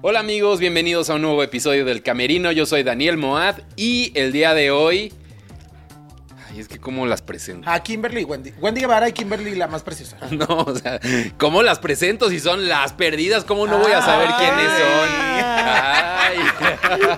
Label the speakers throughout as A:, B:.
A: Hola amigos, bienvenidos a un nuevo episodio del Camerino. Yo soy Daniel Moad y el día de hoy. Ay, es que cómo las presento.
B: A Kimberly y Wendy. Wendy Guevara y Kimberly la más preciosa.
A: No, o sea, ¿cómo las presento si son las perdidas? ¿Cómo no voy a saber quiénes son? Ay.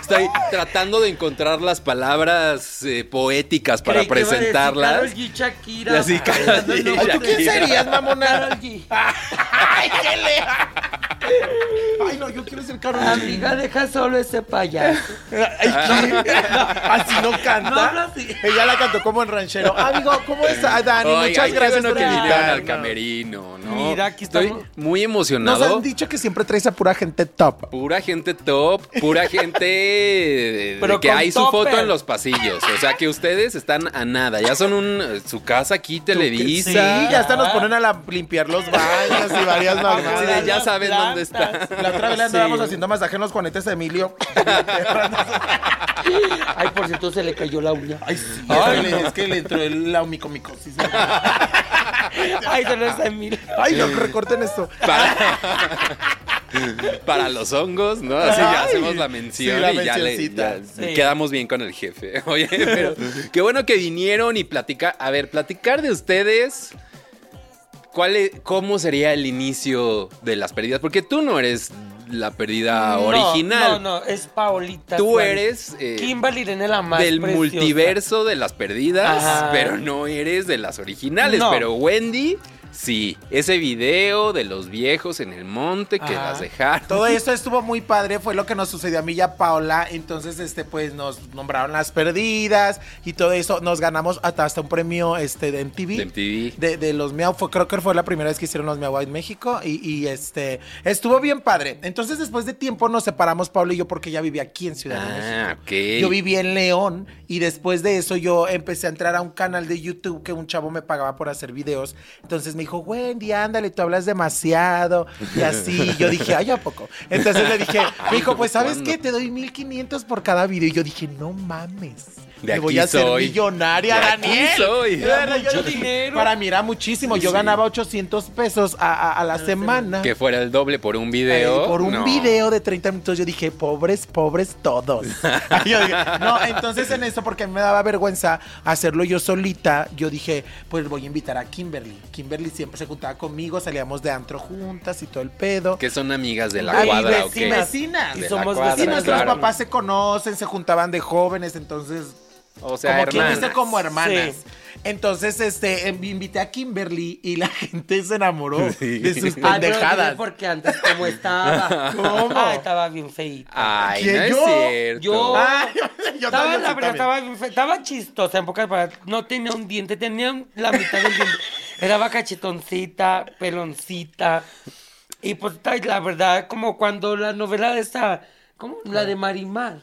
A: Estoy tratando de encontrar las palabras eh, poéticas para
C: Creí que iba a decir Karol
A: presentarlas.
C: G, Shakira.
A: Así, Karol
C: Ay, no,
A: G,
C: no,
B: Ay, ¿tú quién
A: Shakira.
B: serías, mamona?
C: Karol G.
B: Ay, qué le- Ay, no, yo quiero ser Karol G.
C: Amiga, deja solo ese payaso.
B: Ay, ¿qué? Así no canta.
C: No habla así.
B: Ella la cantó como en ranchero. Amigo, ¿cómo está? Ah, Dani,
A: Oiga,
B: muchas
A: y qué
B: gracias
A: bueno
B: por
A: que vinieron al
B: invitarnos.
A: camerino, ¿no?
C: Mira, aquí
A: Estoy
C: estamos.
A: muy
B: Nos
A: emocionado.
B: han dicho que siempre traes a pura gente top.
A: Pura gente top, pura gente de- de
C: Pero
A: que
C: con
A: hay su
C: topper.
A: foto en los pasillos. O sea que ustedes están a nada. Ya son un su casa aquí, Televisa.
B: Sí, ya hasta nos ponen a la- limpiar los baños y
A: Ah,
B: varias
A: Así
B: normas.
A: de, ya
C: Las
A: saben dónde
C: plantas.
A: está.
B: La otra vez le andábamos
C: Sí.
B: haciendo masaje en los juanetes de Emilio.
C: Ay, por cierto, se le cayó la uña.
B: Ay, sí, es que le entró la omicomicosis.
C: Ay, se lo está mil.
B: Ay, no, recorten esto.
A: Para, para los hongos, ¿no? Así ya
B: Ay,
A: hacemos la mención
B: sí, la
A: y ya, le,
B: mencioncita.
A: ya
C: Sí.
A: quedamos bien con el jefe. Oye, pero qué bueno que vinieron y platicar. A ver, platicar de ustedes. ¿Cuál es- ¿Cómo sería el inicio de las pérdidas? Porque tú no eres la pérdida original.
C: No, no, es Paolita.
A: Tú
C: Suárez.
A: eres, eh,
C: Kimberly René la más
A: del
C: preciosa.
A: multiverso de las perdidas,
C: Ajá.
A: pero no eres de las originales.
C: No.
A: Pero Wendy, sí. Ese video de los viejos en el monte que
C: Ajá.
A: las dejaron.
B: Todo eso estuvo muy padre, fue lo que nos sucedió a mí y a Paola. Entonces, este, pues nos nombraron las perdidas y todo eso. Nos ganamos hasta, hasta un premio este, de MTV.
A: De MTV.
B: De, de los Miau, fue- creo que fue la primera vez que hicieron los Miau en México y, y, este estuvo bien padre. Entonces, después de tiempo nos separamos, Paola y yo, porque ella vivía aquí en Ciudad de México.
A: Ah, ok.
B: Yo vivía en León y después de eso yo empecé a entrar a un canal de YouTube que un chavo me pagaba por hacer videos. Entonces me dijo, Wendy, ándale, tú hablas demasiado. Y así, y yo dije, ay, ¿a poco? Entonces le dije, me dijo, pues ¿sabes
A: ¿Cuándo?
B: qué? Te doy 1500 por cada video. Y yo dije, no mames.
A: De
B: me voy
A: aquí
B: a hacer
A: soy.
B: millonaria,
A: De aquí
B: Daniel.
A: soy.
B: Era
C: Era
B: yo
C: mucho
B: dije,
C: dinero.
B: Para mí era muchísimo. Yo
A: Sí.
B: ganaba 800 pesos a, a- a la semana.
A: Que fuera el doble por un video.
B: Eh, por un
A: no.
B: video de 30 minutos yo dije, pobres, pobres todos. Ay, yo dije, no, entonces en eso, porque a mí me daba vergüenza hacerlo yo solita, yo dije, pues voy a invitar a Kimberly. Kimberly siempre se juntaba conmigo, salíamos de antro juntas y todo el pedo.
A: Que son amigas de la
C: Ay,
A: cuadra,
C: vecinas.
A: ¿ok?
B: Vecinas.
C: Y
A: De la
C: somos
A: cuadra,
B: Y
C: vecinas.
B: nuestros
A: claro.
B: papás se conocen, se juntaban de jóvenes, entonces
A: O sea,
B: como quien dice
A: hermanas.
B: como hermanas.
C: Sí.
B: Entonces, este, em- invité a Kimberly y la gente se enamoró
A: Sí.
B: de sus
C: Ay, pero dime
B: pendejadas.
C: porque antes, ¿cómo estaba?
B: ¿Cómo?
C: Ay, estaba bien feita.
A: Ay,
B: ¿Quién?
A: no es
B: ¿Yo? Ah,
A: cierto.
C: Yo.
B: Ay, yo también, sí,
C: estaba, la verdad,
B: también.
C: estaba, bien fe- estaba chistosa en pocas palabras. No tenía un diente, tenía un- la mitad del diente. Era cachetoncita, peloncita. Y pues ta- la verdad, como cuando la novela de esta, como la de Marimar,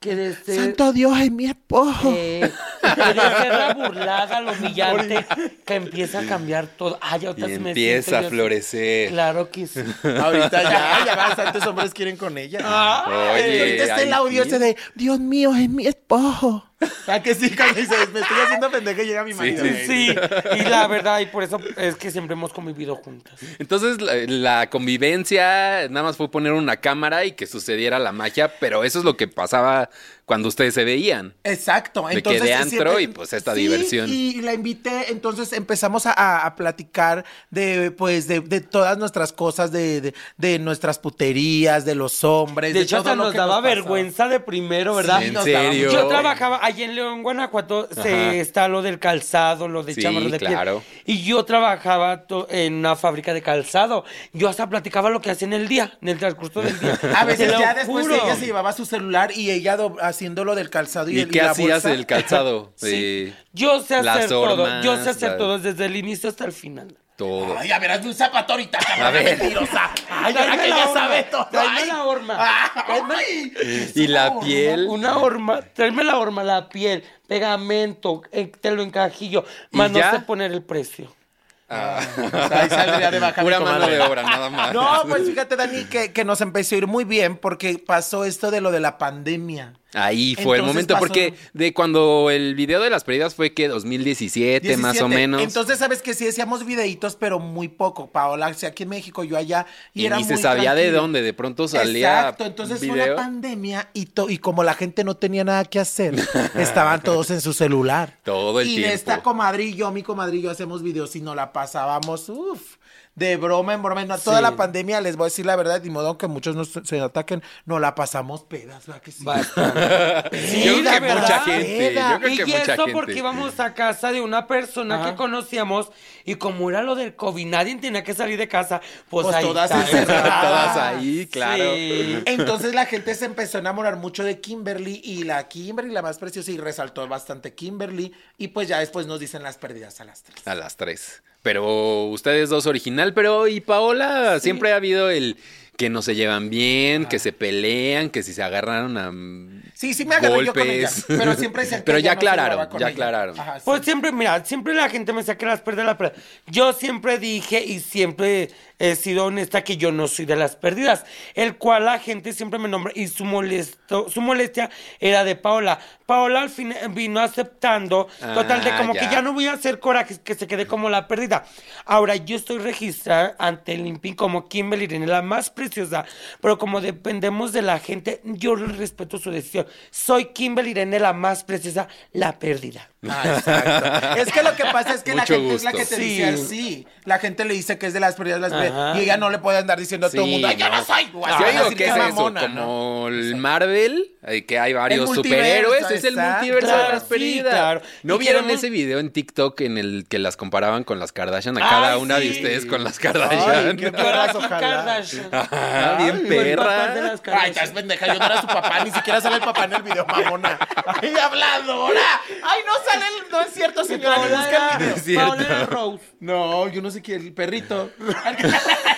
C: que de este-
B: Santo Dios, es mi espojo.
C: eh, que de ser la burlada, la humillante, que empieza a cambiar todo. Ay, ahorita
A: Y
C: sí me
A: empieza
C: siento
A: a
C: yo así.
A: florecer.
C: Claro que sí.
B: Ahorita ya, ya bastantes hombres quieren con ella.
C: Ah,
A: Oye,
B: ahorita está
A: ay,
B: el audio
A: sí.
B: ese de Dios mío, es mi espojo. ¿A que sí? Cuando dices, me estoy haciendo pendeja y llega mi marido.
A: sí,
B: güey.
C: Sí, y la verdad, y por eso es que siempre hemos convivido juntas.
A: Entonces la, la convivencia nada más fue poner una cámara y que sucediera la magia, pero eso es lo que pasaba cuando ustedes se veían.
B: Exacto.
A: Me
B: entonces,
A: quedé
B: sí,
A: antro
B: siempre-
A: y, pues, esta
B: sí,
A: diversión.
B: Y la invité, entonces empezamos a- a, a platicar de, pues, de, de todas nuestras cosas, de, de, de nuestras puterías, de los hombres.
C: De hecho,
B: todo
C: hasta
B: lo
C: nos
B: que
C: daba
B: pasaba.
C: vergüenza de primero, ¿verdad?
A: Sí, en
C: Nos daba
A: serio.
C: mucho. Yo trabajaba allí en León, Guanajuato, se-
A: Ajá.
C: está lo del calzado, lo de
A: Sí,
C: chamarras de piel.
A: claro.
C: Y yo trabajaba to- en una fábrica de calzado. Yo hasta platicaba lo que hacía en el día, en el transcurso del día.
B: A veces
C: Te lo
B: ya después
C: juro.
B: ella se llevaba su celular y ella do- haciendo lo del calzado y,
A: ¿Y,
B: el- y
A: qué
B: la
A: hacías
B: bolsa.
A: del calzado?
C: Sí.
A: Sí.
C: Yo sé
A: Las
C: hacer todo,
A: hormas,
C: yo sé hacer
A: la-
C: todo desde el inicio hasta el final.
A: Todo.
B: Ay, a ver, hazme un zapato ahorita, cabrón.
A: A ver.
B: Mentirosa. Ay,
C: Tráeme
B: ahora que
C: la
B: ya
C: horma,
B: sabe todo.
C: tráeme
B: Ay.
C: la horma.
B: Ay.
A: Y la piel.
C: Una horma, tráeme la horma, la piel, pegamento, eh, te lo encajillo,
A: ¿Y
C: más no
A: ya?
C: sé poner el precio.
A: Ah.
B: Ahí saldría de baja mi
A: Pura mano
B: comadre.
A: de obra, nada más.
B: pues No, pues fíjate, Dani, que, que nos empezó a ir muy bien porque pasó esto de lo de la pandemia.
A: Ahí fue el
B: Entonces
A: momento,
B: pasó-
A: porque de cuando el video de las pérdidas fue que 2017 más o
B: 17.
A: menos.
B: Entonces, sabes que sí hacíamos videitos, pero muy poco, Paola. O sea, aquí en México, yo allá. Y,
A: y
B: era
A: ni se
B: muy
A: sabía de
B: tranquilo.
A: dónde, de pronto salía.
B: Exacto, entonces fue
A: video.
B: la pandemia y, to- y como la gente no tenía nada que hacer, estaban todos en su celular.
A: Todo el
B: y
A: tiempo.
B: esta comadrillo, mi comadrillo, hacemos videos y no la pasábamos, uff, de broma en broma. No, toda
C: Sí.
B: la pandemia, les voy a decir la verdad, y modo que muchos nos, se ataquen, no la pasamos pedas, ¿verdad que sí?
C: Bastante. Sí,
A: Yo creo
C: la
A: que
C: verdad.
A: mucha gente.
B: Era.
A: Yo creo
C: y
A: que
C: eso
A: mucha gente.
C: porque íbamos a casa de una persona
B: Ajá.
C: que conocíamos y como era lo del COVID, nadie tenía que salir de casa, pues,
B: Pues
C: ahí
B: todas
C: está.
B: encerradas.
A: Todas ahí, claro.
C: Sí.
B: Entonces la gente se empezó a enamorar mucho de Kimberly y la Kimberly, la más preciosa, y resaltó bastante Kimberly. Y pues ya después nos dicen las pérdidas a las tres.
A: A las 3. Pero ustedes dos original, pero y Paola, siempre ha habido el que no se llevan bien,
C: Ah.
A: que se pelean, que si se agarraron a mm,
B: Sí, sí me agarré yo con ella,
A: golpes.
B: pero siempre decían que
A: Pero
B: ella
A: ya
B: no se llevaba
A: aclararon,
B: con
A: ya
B: ella.
A: aclararon.
B: Ajá, sí.
C: Pues siempre, mira, siempre la gente me saca las pérdidas. las pérdidas. Yo siempre dije y siempre he sido honesta que yo no soy de las pérdidas, el cual la gente siempre me nombra y su molesto, su molestia era de Paola. Paola al fin eh, vino aceptando, total de
A: Ah,
C: como
A: ya.
C: que ya no voy a hacer corajes, que se quede como la pérdida. Ahora yo estoy registrada ante el INPI como Kimberly Irene, la más preciosa, pero como dependemos de la gente, yo respeto su decisión. Soy Kimberly Irene, la más preciosa, la pérdida.
B: Ah, exacto. Es que lo que pasa es que la
A: Mucho
B: gente es la que
A: gusto.
B: te
C: Sí.
B: dice así. La gente le dice que es de las pérdidas, las pérdidas,
C: Ajá.
B: y ella no le puede andar diciendo a todo el
A: Sí,
B: mundo, ¡ay, yo no
A: no.
B: soy! o
A: Yo
B: así
C: Ah,
B: van a
A: digo
B: decir
A: que
B: que
A: es eso,
B: mamona, ¿no?
A: como el Marvel, eh, que hay varios superhéroes,
B: multiverso,
A: es el
B: exacto.
A: multiverso de
C: Claro,
A: las
C: sí,
A: pérdidas.
C: claro.
A: ¿No
C: Y
A: vieron
C: queremos-
A: ese video en TikTok en el que las comparaban con las Kardashian? A
C: Ay,
A: cada una de
C: sí.
A: ustedes con las Kardashian.
B: Ay, qué
C: Yo era
B: perras,
C: Kim
B: ojalá.
C: Kardashian.
A: Ajá, bien
C: Ay, el papá
A: perra.
C: de las
B: Ay,
C: Kardashian.
B: estás pendeja, yo no era su papá, ni siquiera sale el papá en el video, mamona. ¡Ay, habladora! ¡Ay, no sale el... No es cierto, señora, ni
C: Paola
B: busca
C: era,
B: el video.
A: Es cierto.
C: Paola era Rose.
B: No, yo no sé quién, el perrito.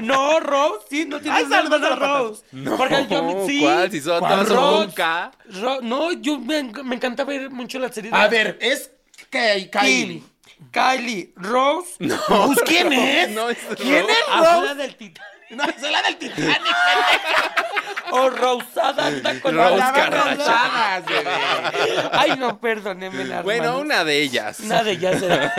C: No, Rose, sí, no tiene
B: Ay,
C: nada
B: saludos a
C: de
B: la pata.
C: Rose. Porque yo, sí.
A: ¿cuál? Si son
B: ¿Cuál
A: todos
C: Rose?
A: con K.
C: Ro- no, yo me, enc- me encanta ver mucho la serie. de-
B: A ver, es que Kylie.
C: Kylie. Kylie, Rose. No.
B: Pues, ¿Quién es?
A: No, es
B: ¿Quién
A: Rose.
B: es
C: Abuela
B: Rose?
C: del Titanic.
B: No, es la del Titanic, pendeja.
C: O Rosada anda con
A: Rose
C: la
B: Hablaban
A: Kardashian.
B: rosadas, bebé.
C: Ay, no, perdóneme. la
A: Bueno,
C: hermana.
A: una de ellas.
C: Una de ellas era.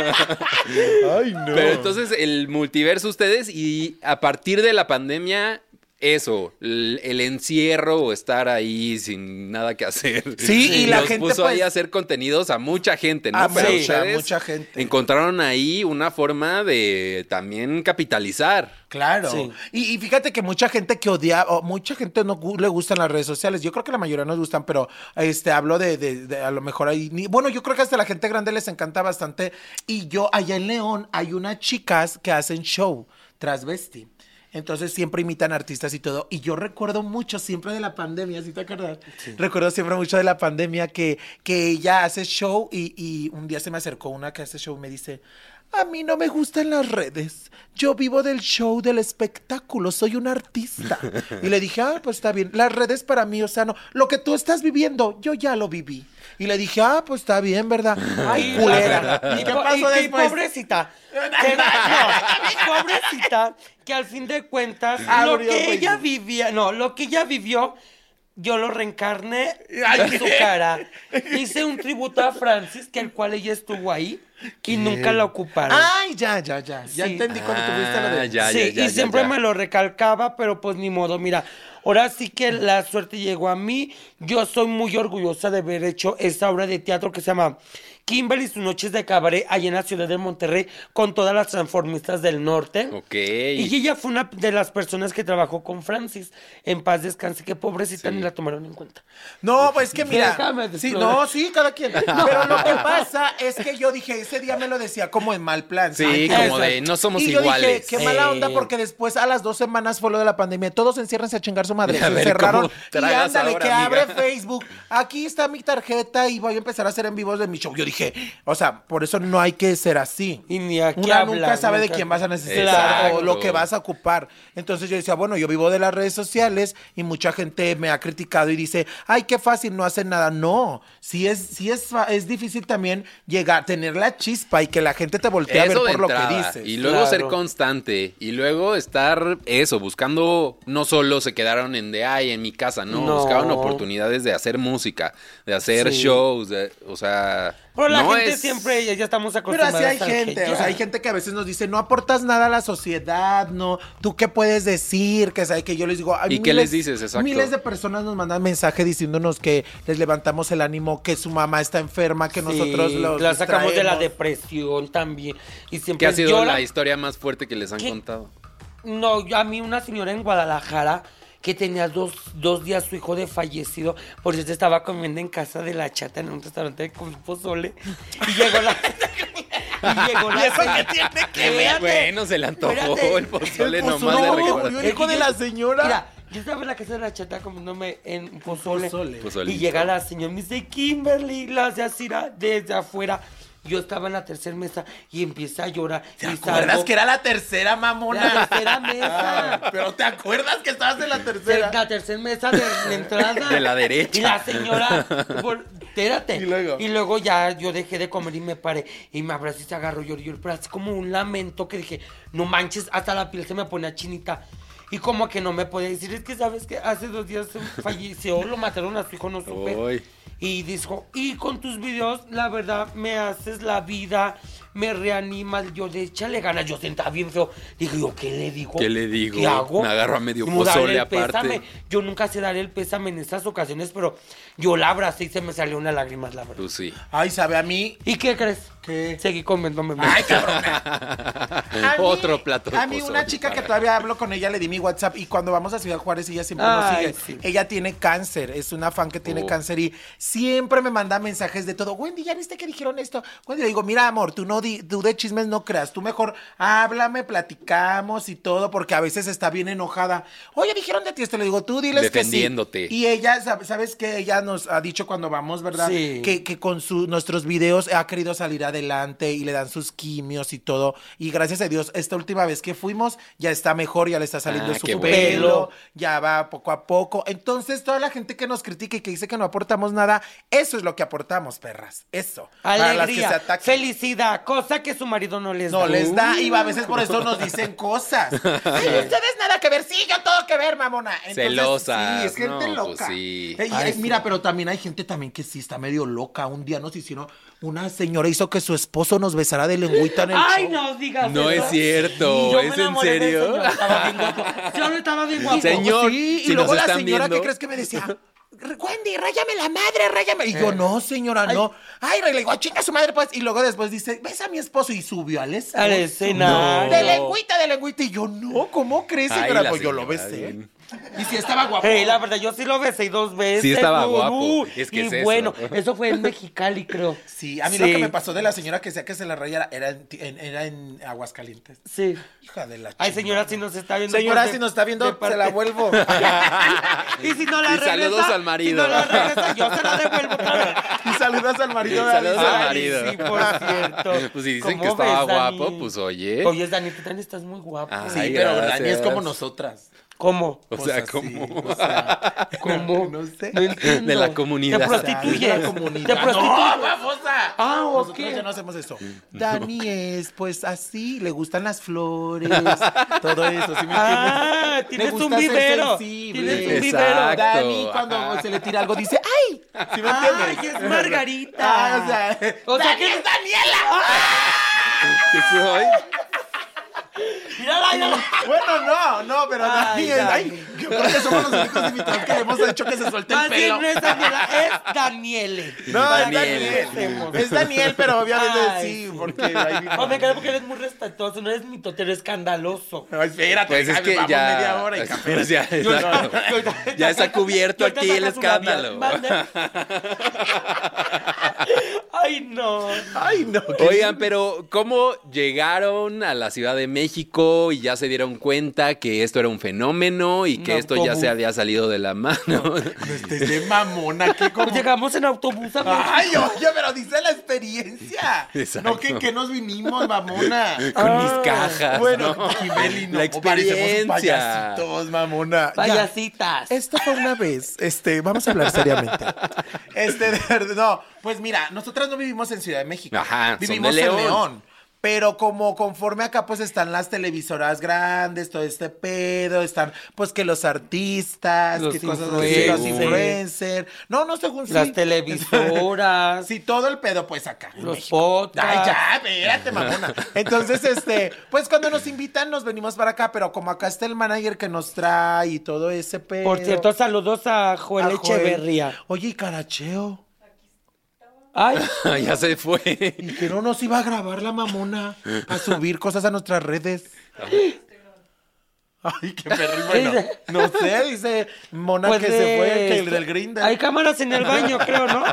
B: Ay, no.
A: Pero entonces el multiverso ustedes y a partir de la pandemia, eso, el, el encierro o estar ahí sin nada que hacer.
B: Sí, y la
A: los
B: gente,
A: puso ahí
B: pues- Ah,
A: a hacer contenidos a mucha gente, ¿no?
B: A
A: Pero
B: mucha,
A: ustedes
B: mucha gente.
A: Encontraron ahí una forma de también capitalizar.
B: Claro.
C: Sí.
B: Y, y fíjate que mucha gente que odia, o mucha gente no gu- le gustan las redes sociales. Yo creo que la mayoría nos gustan, pero este hablo de, de- de a lo mejor ahí. ni- bueno, yo creo que hasta la gente grande les encanta bastante. Y yo, allá en León, hay unas chicas que hacen show transvesti. Entonces siempre imitan artistas y todo. Y yo recuerdo mucho siempre de la pandemia, si te acuerdas? Recuerdo siempre mucho de la pandemia que, que ella hace show y, y un día se me acercó una que hace show y me dice, a mí no me gustan las redes. Yo vivo del show, del espectáculo. Soy un artista. Y le dije, ah, pues está bien. Las redes para mí, o sea, no. Lo que tú estás viviendo, yo ya lo viví. Y le dije, ah, pues está bien, ¿verdad? Ay,
C: Y-
B: culera.
C: Y, po- y que pobrecita. que- no, pobrecita, que al fin de cuentas, lo
B: Ah, Abrió
C: que ella
B: Facebook.
C: vivía, no, lo que ella vivió, yo lo reencarné
B: Ay,
C: en su
B: ¿qué?
C: cara. Hice un tributo a Francis, que el cual ella estuvo ahí, y nunca la ocuparon.
B: Ay, ya, ya, ya. Ya
C: Sí.
B: entendí cuando tuviste lo
A: Ah,
B: de...
A: ya.
C: sí, y
A: ya,
C: siempre
A: ya.
C: me lo recalcaba, pero pues ni modo, mira. Ahora sí que la suerte llegó a mí. Yo soy muy orgullosa de haber hecho esta obra de teatro que se llama Kimberly y sus noches de cabaret allá en la ciudad de Monterrey con todas las transformistas del norte.
A: Ok.
C: Y ella fue una de las personas que trabajó con Francis en paz descanse, que pobrecita ni la tomaron en cuenta.
B: No, pues que mira.
C: Déjame de
B: Sí,
C: explorar.
B: no, sí, cada quien. Pero lo que pasa es que yo dije, ese día me lo decía como en mal plan.
A: Sí,
B: Ay,
A: como
C: exacto.
A: de no somos
B: Ah, y yo
A: iguales.
B: dije, qué mala onda,
C: Sí.
B: porque después a las dos semanas fue lo de la pandemia. Todos enciérrense a chingar su madre.
A: A
B: Se
A: ver,
B: cerraron.
A: ¿cómo
B: Y
A: tragas
B: ándale,
A: ahora,
B: que
A: amiga?
B: abre Facebook. Aquí está mi tarjeta y voy a empezar a hacer en vivos de mi show. Yo dije, dije, o sea, por eso no hay que ser así.
C: Y ni a qué
B: Una
C: hablas,
B: nunca sabe de
C: nunca-
B: quién vas a necesitar
C: Exacto.
B: o lo que vas a ocupar. Entonces yo decía, bueno, yo vivo de las redes sociales y mucha gente me ha criticado y dice, ay, qué fácil, no hacen nada. No, sí es, sí es, fa- es difícil también llegar, tener la chispa y que la gente te voltee a ver
A: Eso de
B: por lo que
A: entrada,
B: dices.
A: Y luego ser
C: Claro.
A: constante. Y luego estar eso, buscando. No solo se quedaron en de ay, en mi casa, no.
C: No.
A: Buscaban oportunidades de hacer música, de hacer
C: Sí.
A: shows. de- o sea.
C: Pero la
A: no
C: gente
A: es-
C: siempre, ya, ya estamos
B: Pero
C: acostumbrados
B: así hay
C: a que
B: gente, o
C: ya.
B: sea, hay gente que a veces nos dice, no aportas nada a la sociedad, no, tú qué puedes decir, que sabe que yo les digo, hay
A: ¿Y qué
B: miles-
A: les dices? Exacto.
B: Miles de personas nos mandan mensaje diciéndonos que les levantamos el ánimo, que su mamá está enferma, que nosotros
C: Sí,
B: los
C: la sacamos de la
B: distraemos.
C: depresión también. Y siempre
A: Que ha sido
C: yo
A: la
C: la-
A: historia más fuerte que les han
C: ¿Qué?
A: contado.
C: No, yo- a mí una señora en Guadalajara que tenía dos, dos días su hijo de fallecido, por eso estaba comiendo en casa de la chata en un restaurante con pozole. Y llegó la. y llegó la.
B: eso qué tiene que ver?
C: Eh, Espérate,
A: Bueno, se le antojó
C: espérate.
A: el pozole
B: El
A: nomás de
B: pozole,
A: recordar.
B: yo
C: Es que
B: hijo de
C: yo-
B: la señora.
C: Mira, yo estaba en la casa de la chata comiéndome en pozole.
B: Pozole.
A: Pozolito.
C: Y llega la señora y me dice, Kimberly, la hace así ra- desde afuera. Yo estaba en la tercera mesa y empieza a llorar.
B: ¿Te
C: y
B: acuerdas
C: salgo-
B: que era la tercera mamona?
C: La tercera mesa.
B: Ah, Pero ¿te acuerdas que estabas en la
C: de
B: tercera?
C: la tercera mesa de la entrada.
A: De la derecha.
C: Y la señora, vol- espérate.
B: Y luego.
C: luego ya yo dejé de comer y me paré. Y me abrazó y se agarró yo, yo, pero así como un lamento que dije, no manches, hasta la piel se me ponía chinita. Y como que no me podía decir, es que sabes que hace dos días se falleció, lo mataron a su hijo, no supe.
A: Uy.
C: Y dijo, y con tus videos, la verdad, me haces la vida, me reanimas, yo de échale ganas, yo sentaba bien feo. Dije, yo, ¿qué le digo?
A: ¿Qué le digo?
C: ¿Qué hago?
A: Me agarro a medio
C: Como darle
A: pozole
C: el
A: aparte.
C: pésame. Yo nunca sé dar el pésame en estas ocasiones, pero yo la abracé y se me salió una lágrima, la verdad.
A: Pues sí.
B: Ay, sabe a mí.
C: ¿Y qué crees?
B: ¿Qué?
C: Seguí comiéndome.
B: Ay, cabrón. A mí-
A: Otro plato. de
B: A mí una
A: pozole
B: chica que
A: para-
B: todavía hablo con ella, le di mi WhatsApp y cuando vamos a Ciudad Juárez ella siempre
C: Ay,
B: nos sigue.
C: sí.
B: Ella tiene cáncer, es una fan que tiene
A: Oh.
B: cáncer y siempre me manda mensajes de todo. Wendy, ¿ya viste que dijeron esto? Wendy, le digo, mira amor, tú, no di- tú de chismes no creas, tú mejor háblame, platicamos y todo porque a veces está bien enojada. Oye, dijeron de ti esto, le digo, tú diles que sí".
A: Defendiéndote.
B: Y ella, sab- ¿sabes qué? Ella nos ha dicho cuando vamos, ¿verdad?
C: Sí.
B: Que que con su- nuestros videos ha querido salir adelante y le dan sus quimios y todo. Y gracias a Dios, esta última vez que fuimos ya está mejor, ya le está saliendo
A: Ah,
B: su
A: qué
B: pelo,
A: bueno.
B: ya va poco a poco. Entonces, toda la gente que nos critica y que dice que no aportamos nada, eso es lo que aportamos, perras. Eso. Para las que se
C: Alegría,
B: atacan.
C: felicidad, cosa que su marido no les da.
B: No les da, y a veces por eso nos dicen cosas. Ay, ustedes nada que ver, sí, yo todo que ver, mamona. Entonces,
A: Celosas.
B: Sí, es gente
A: No, pues
B: loca.
A: sí.
B: Ey,
C: Ay,
B: ey,
C: sí.
B: mira, pero también hay gente también que sí está medio loca. Un día nos hicieron, una señora hizo que su esposo nos besara de lengüita en el
C: Ay,
B: show.
C: no digas
A: No
C: eso.
A: es cierto,
C: Sí, yo me
A: ¿es en
C: enamoré del
A: serio?
C: señor, Estaba bien guapo. Yo no estaba bien guapo.
A: Señor,
B: Sí, y
A: si
B: luego
A: nos
B: la
A: están
B: señora
A: viendo-
B: que crees que me decía, Wendy, ráyame la madre, ráyame. Y yo, no, señora,
C: Ay.
B: no. Ay, le digo, chinga su madre, pues. Y luego después dice, ves a mi esposo y subió al escenario.
C: Al escenario.
B: De lengüita, de lengüita. Y yo, no, ¿cómo crees,
A: Ay,
B: señora?
A: la
B: pues yo lo
A: señora,
B: besé.
A: bien.
B: Y si estaba guapo.
C: Hey, la verdad, yo sí lo besé dos veces.
A: Sí estaba
C: no,
A: guapo,
C: no.
A: es que
C: y
A: es eso.
C: bueno, eso fue en Mexicali, creo.
B: Sí, a mí lo
C: Sí,
B: que me pasó de la señora que decía que se la rayara era en, en- era en Aguascalientes.
C: Sí.
B: Hija de la
C: Ay,
B: chingada.
C: señora, si nos está viendo.
B: Señora,
C: por de-
B: si nos está viendo,
C: de parte-
B: se la vuelvo.
C: Y si no la
A: Y
C: regresa.
A: saludos al marido.
C: Si no la regresa, yo se la devuelvo otra vez.
B: y saludas al marido de
A: Saludos al
B: Alicia.
C: Ay,
A: marido.
C: sí, por cierto.
A: Pues si dicen
C: ¿Cómo
A: que estaba
C: ves, Dani?
A: guapo, pues oye.
C: Oye, Dani, tú también estás muy guapo.
A: Ah,
B: Sí,
A: Ay,
B: pero
A: gracias.
B: Dani es como nosotras.
A: o
C: ¿Cómo?
B: Pues
A: sea,
B: así,
A: como.
B: o sea,
C: ¿Cómo?
B: No sé.
C: entiendo.
A: De la comunidad.
C: Te
B: o sea,
C: prostituyes.
B: de la comunidad.
C: Te prostituyes.
B: ¡No, babosa!
C: Ah, ok.
B: Nosotros ya no hacemos eso. Dani es, pues, así. Le gustan las flores, todo eso. ¿sí me
C: Ah,
B: entiendes?
C: tienes
B: Le
C: un
B: gusta ser
C: vivero.
B: sensible.
C: Tienes un
A: Exacto.
C: vivero.
B: Dani,
A: Ajá.
B: cuando se le tira algo, dice, ¡ay! ¿Sí me
C: Ay,
B: entiendes?
C: es Margarita.
B: Ah, o sea,
C: O sea, que-
A: ¿Qué soy?
C: Mírala, mírala.
B: Bueno, no, no, pero Dani
C: Ay,
B: es.
C: Dani.
B: Ay, yo creo que somos los únicos invitados que le hemos hecho que se suelte el
C: Más bien
B: pelo.
C: no es Daniela, es Daniele.
B: No, es
A: Daniel.
B: Daniel. Es Daniel, pero obviamente
C: Ay,
B: sí,
C: sí.
B: porque ahí
C: No me quedo porque eres muy respetuoso, no eres mitotero, escandaloso.
B: No, espérate,
A: Pues es
B: déjame,
A: que
B: vamos
A: ya.
B: media hora y café.
A: Pues ya, exacto. Ya está cubierto
C: Y ahorita
A: aquí el
C: sacas una
A: escándalo.
C: vía- Mande. Ay, Ay, no.
B: Ay, no.
A: Oigan, pero ¿cómo llegaron a la Ciudad de México y ya se dieron cuenta que esto era un fenómeno y que
C: No,
A: esto ya
C: ¿cómo?
A: se había salido de la mano?
B: No
A: este,
B: estés de mamona, que como...
C: Llegamos en autobús a México.
B: Ay, oye, pero dice la experiencia.
A: Exacto.
B: No, que, que nos vinimos, mamona.
A: Con mis
C: Ah,
A: cajas.
B: Bueno,
A: ¿no?
B: Kimberly, no,
A: La
B: parecemos
A: experiencia.
B: payasitos, mamona. Ya.
C: Payasitas.
B: Esto fue una vez. Este, vamos a hablar seriamente. Este, de verdad, no. Pues mira, nosotras no vivimos en Ciudad de México.
A: Ajá, son
B: Vivimos
A: de
B: en
A: León.
B: León. Pero como conforme acá pues están las televisoras grandes, todo este pedo, están pues que los artistas,
C: Los
B: que cosas así, los
A: influencers.
B: influencers. No, no, según sí.
C: Las televisoras.
B: Sí, todo el pedo pues acá. en
C: Los
B: México.
C: podcasts.
B: Ay, ya, espérate, mamona. Entonces, este, pues cuando nos invitan nos venimos para acá, pero como acá está el manager que nos trae y todo ese pedo.
C: Por cierto, saludos a Joel
B: Ah, Joel.
C: Echeverría.
B: Oye, y Caracheo.
C: Ay,
A: ya se fue.
B: Y que no nos iba a grabar la mamona a subir cosas a nuestras redes. Ay, qué perro. Bueno,
C: Dice-
B: no sé, dice Mona
C: pues
B: que
C: de-
B: se fue, que el del Grindr.
C: Hay cámaras en el baño, creo, ¿no?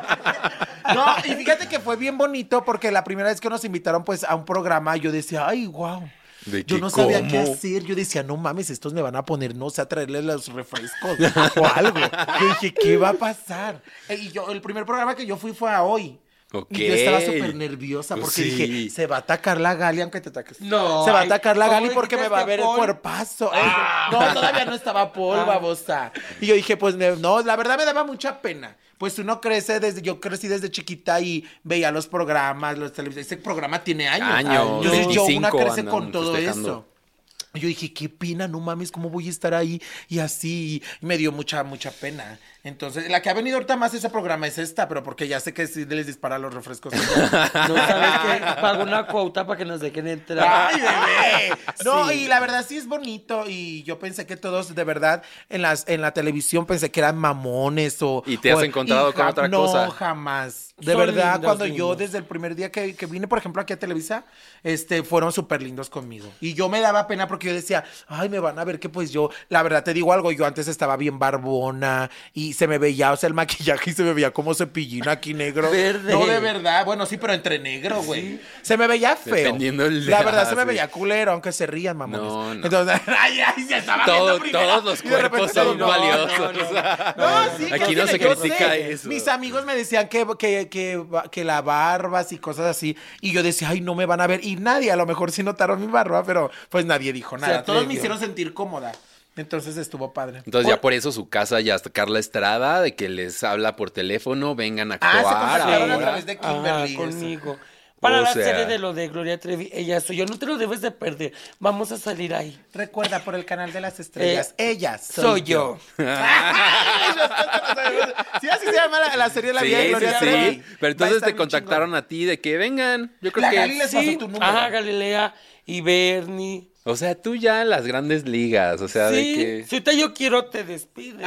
B: No, y fíjate que fue bien bonito porque la primera vez que nos invitaron pues a un programa yo decía, ay, wow.
A: ¿De
B: Yo
A: qué
B: no sabía
A: cómo?
B: qué hacer. Yo decía, no mames, estos me van a poner, no sé, a traerles los refrescos o algo. Yo dije, ¿qué va a pasar? Eh, Y yo, el primer programa que yo fui fue a hoy. Y yo estaba
A: Ok.
B: súper nerviosa porque
A: Pues sí.
B: dije, se va a atacar la Gali aunque te ataques.
C: No,
B: Se va a
C: ay,
B: atacar la
C: ¿cómo
B: Gali porque me
C: dijiste
B: va a ver el
C: Paul?
B: cuerpazo. Ay, No, todavía no estaba Paul,
C: Ah.
B: babosa. Y yo dije, pues me- no, la verdad me daba mucha pena. Pues uno crece desde, yo crecí desde chiquita y veía los programas, los televisores. Ese programa tiene años. Ah,
A: Años,
B: Entonces yo
A: 25
B: una crece
A: andan
B: con todo
A: festejando.
B: eso. Y Yo dije, qué pena, no mames, ¿cómo voy a estar ahí? Y así, y me dio mucha, mucha pena. Entonces, la que ha venido ahorita más a ese programa es esta, pero porque ya sé que sí les dispara los refrescos.
C: No sabes que pago una cuota para que nos dejen entrar.
B: ¡Ay, bebé! No, y la verdad sí es bonito. Y yo pensé que todos, de verdad, en las en la televisión pensé que eran mamones o.
A: ¿Y te has
B: o-
A: encontrado con
B: ja-
A: otra
B: no,
A: cosa?
B: jamás. De
C: Son
B: verdad,
C: lindos,
B: cuando yo,
C: lindos.
B: desde el primer día que, que vine, por ejemplo, aquí a Televisa, este, fueron súper lindos conmigo. Y yo me daba pena porque yo decía, ay, me van a ver que pues yo, la verdad te digo algo, yo antes estaba bien barbona y se me veía, o sea, el maquillaje y se me veía como cepillín aquí negro.
C: Verde.
B: No, de verdad, bueno, sí, pero entre negro, güey. Se me veía feo.
A: Dependiendo el-
B: La verdad, se
A: Ah,
B: me
A: sí.
B: veía culero, aunque se rían, mamones.
A: No, no.
B: Entonces, ay, ay, se estaba
A: Todo-
B: viendo primero.
A: todos los
B: Y de repente
A: cuerpos
B: todo,
A: son
B: no,
A: valiosos.
B: no, no.
A: No,
B: No, sí,
A: aquí
B: creo
A: no se
B: que yo
A: critica
B: sé.
A: eso.
B: Mis amigos me decían que, que, que, que la barbas y cosas así. Y yo decía, ay, no me van a ver. Y nadie, a lo mejor sí notaron mi barba, pero pues nadie dijo nada.
C: Se
B: todos me
C: atrevió.
B: hicieron sentir cómoda. Entonces estuvo padre.
A: Entonces ya por eso su casa ya está Carla Estrada, de que les habla por teléfono, vengan a
B: Ah, se
A: actuar.
B: contactaron a
A: ahora.
B: través de Kimberly,
C: Ajá,
B: eso.
C: conmigo. Para
A: O
C: la
A: sea.
C: serie de lo de Gloria Trevi, ella soy yo. No te lo debes de perder. Vamos a salir ahí.
B: Recuerda, por el canal de las estrellas, ellas Eh, soy,
C: Soy yo.
B: sí, así se llama la, la serie de la
A: Sí,
B: vida de
A: sí,
B: Gloria
A: sí.
B: Trevi. Va a
A: Pero entonces
B: estar
A: te
B: bien
A: contactaron a ti de que vengan. Yo creo
B: La
A: que.
B: Gali les
C: Sí,
B: pasó tu número.
C: ajá, Galilea y Bernie.
A: O sea, tú ya en las grandes ligas. O sea,
C: Sí,
A: de que.
C: si ahorita yo quiero, te despide.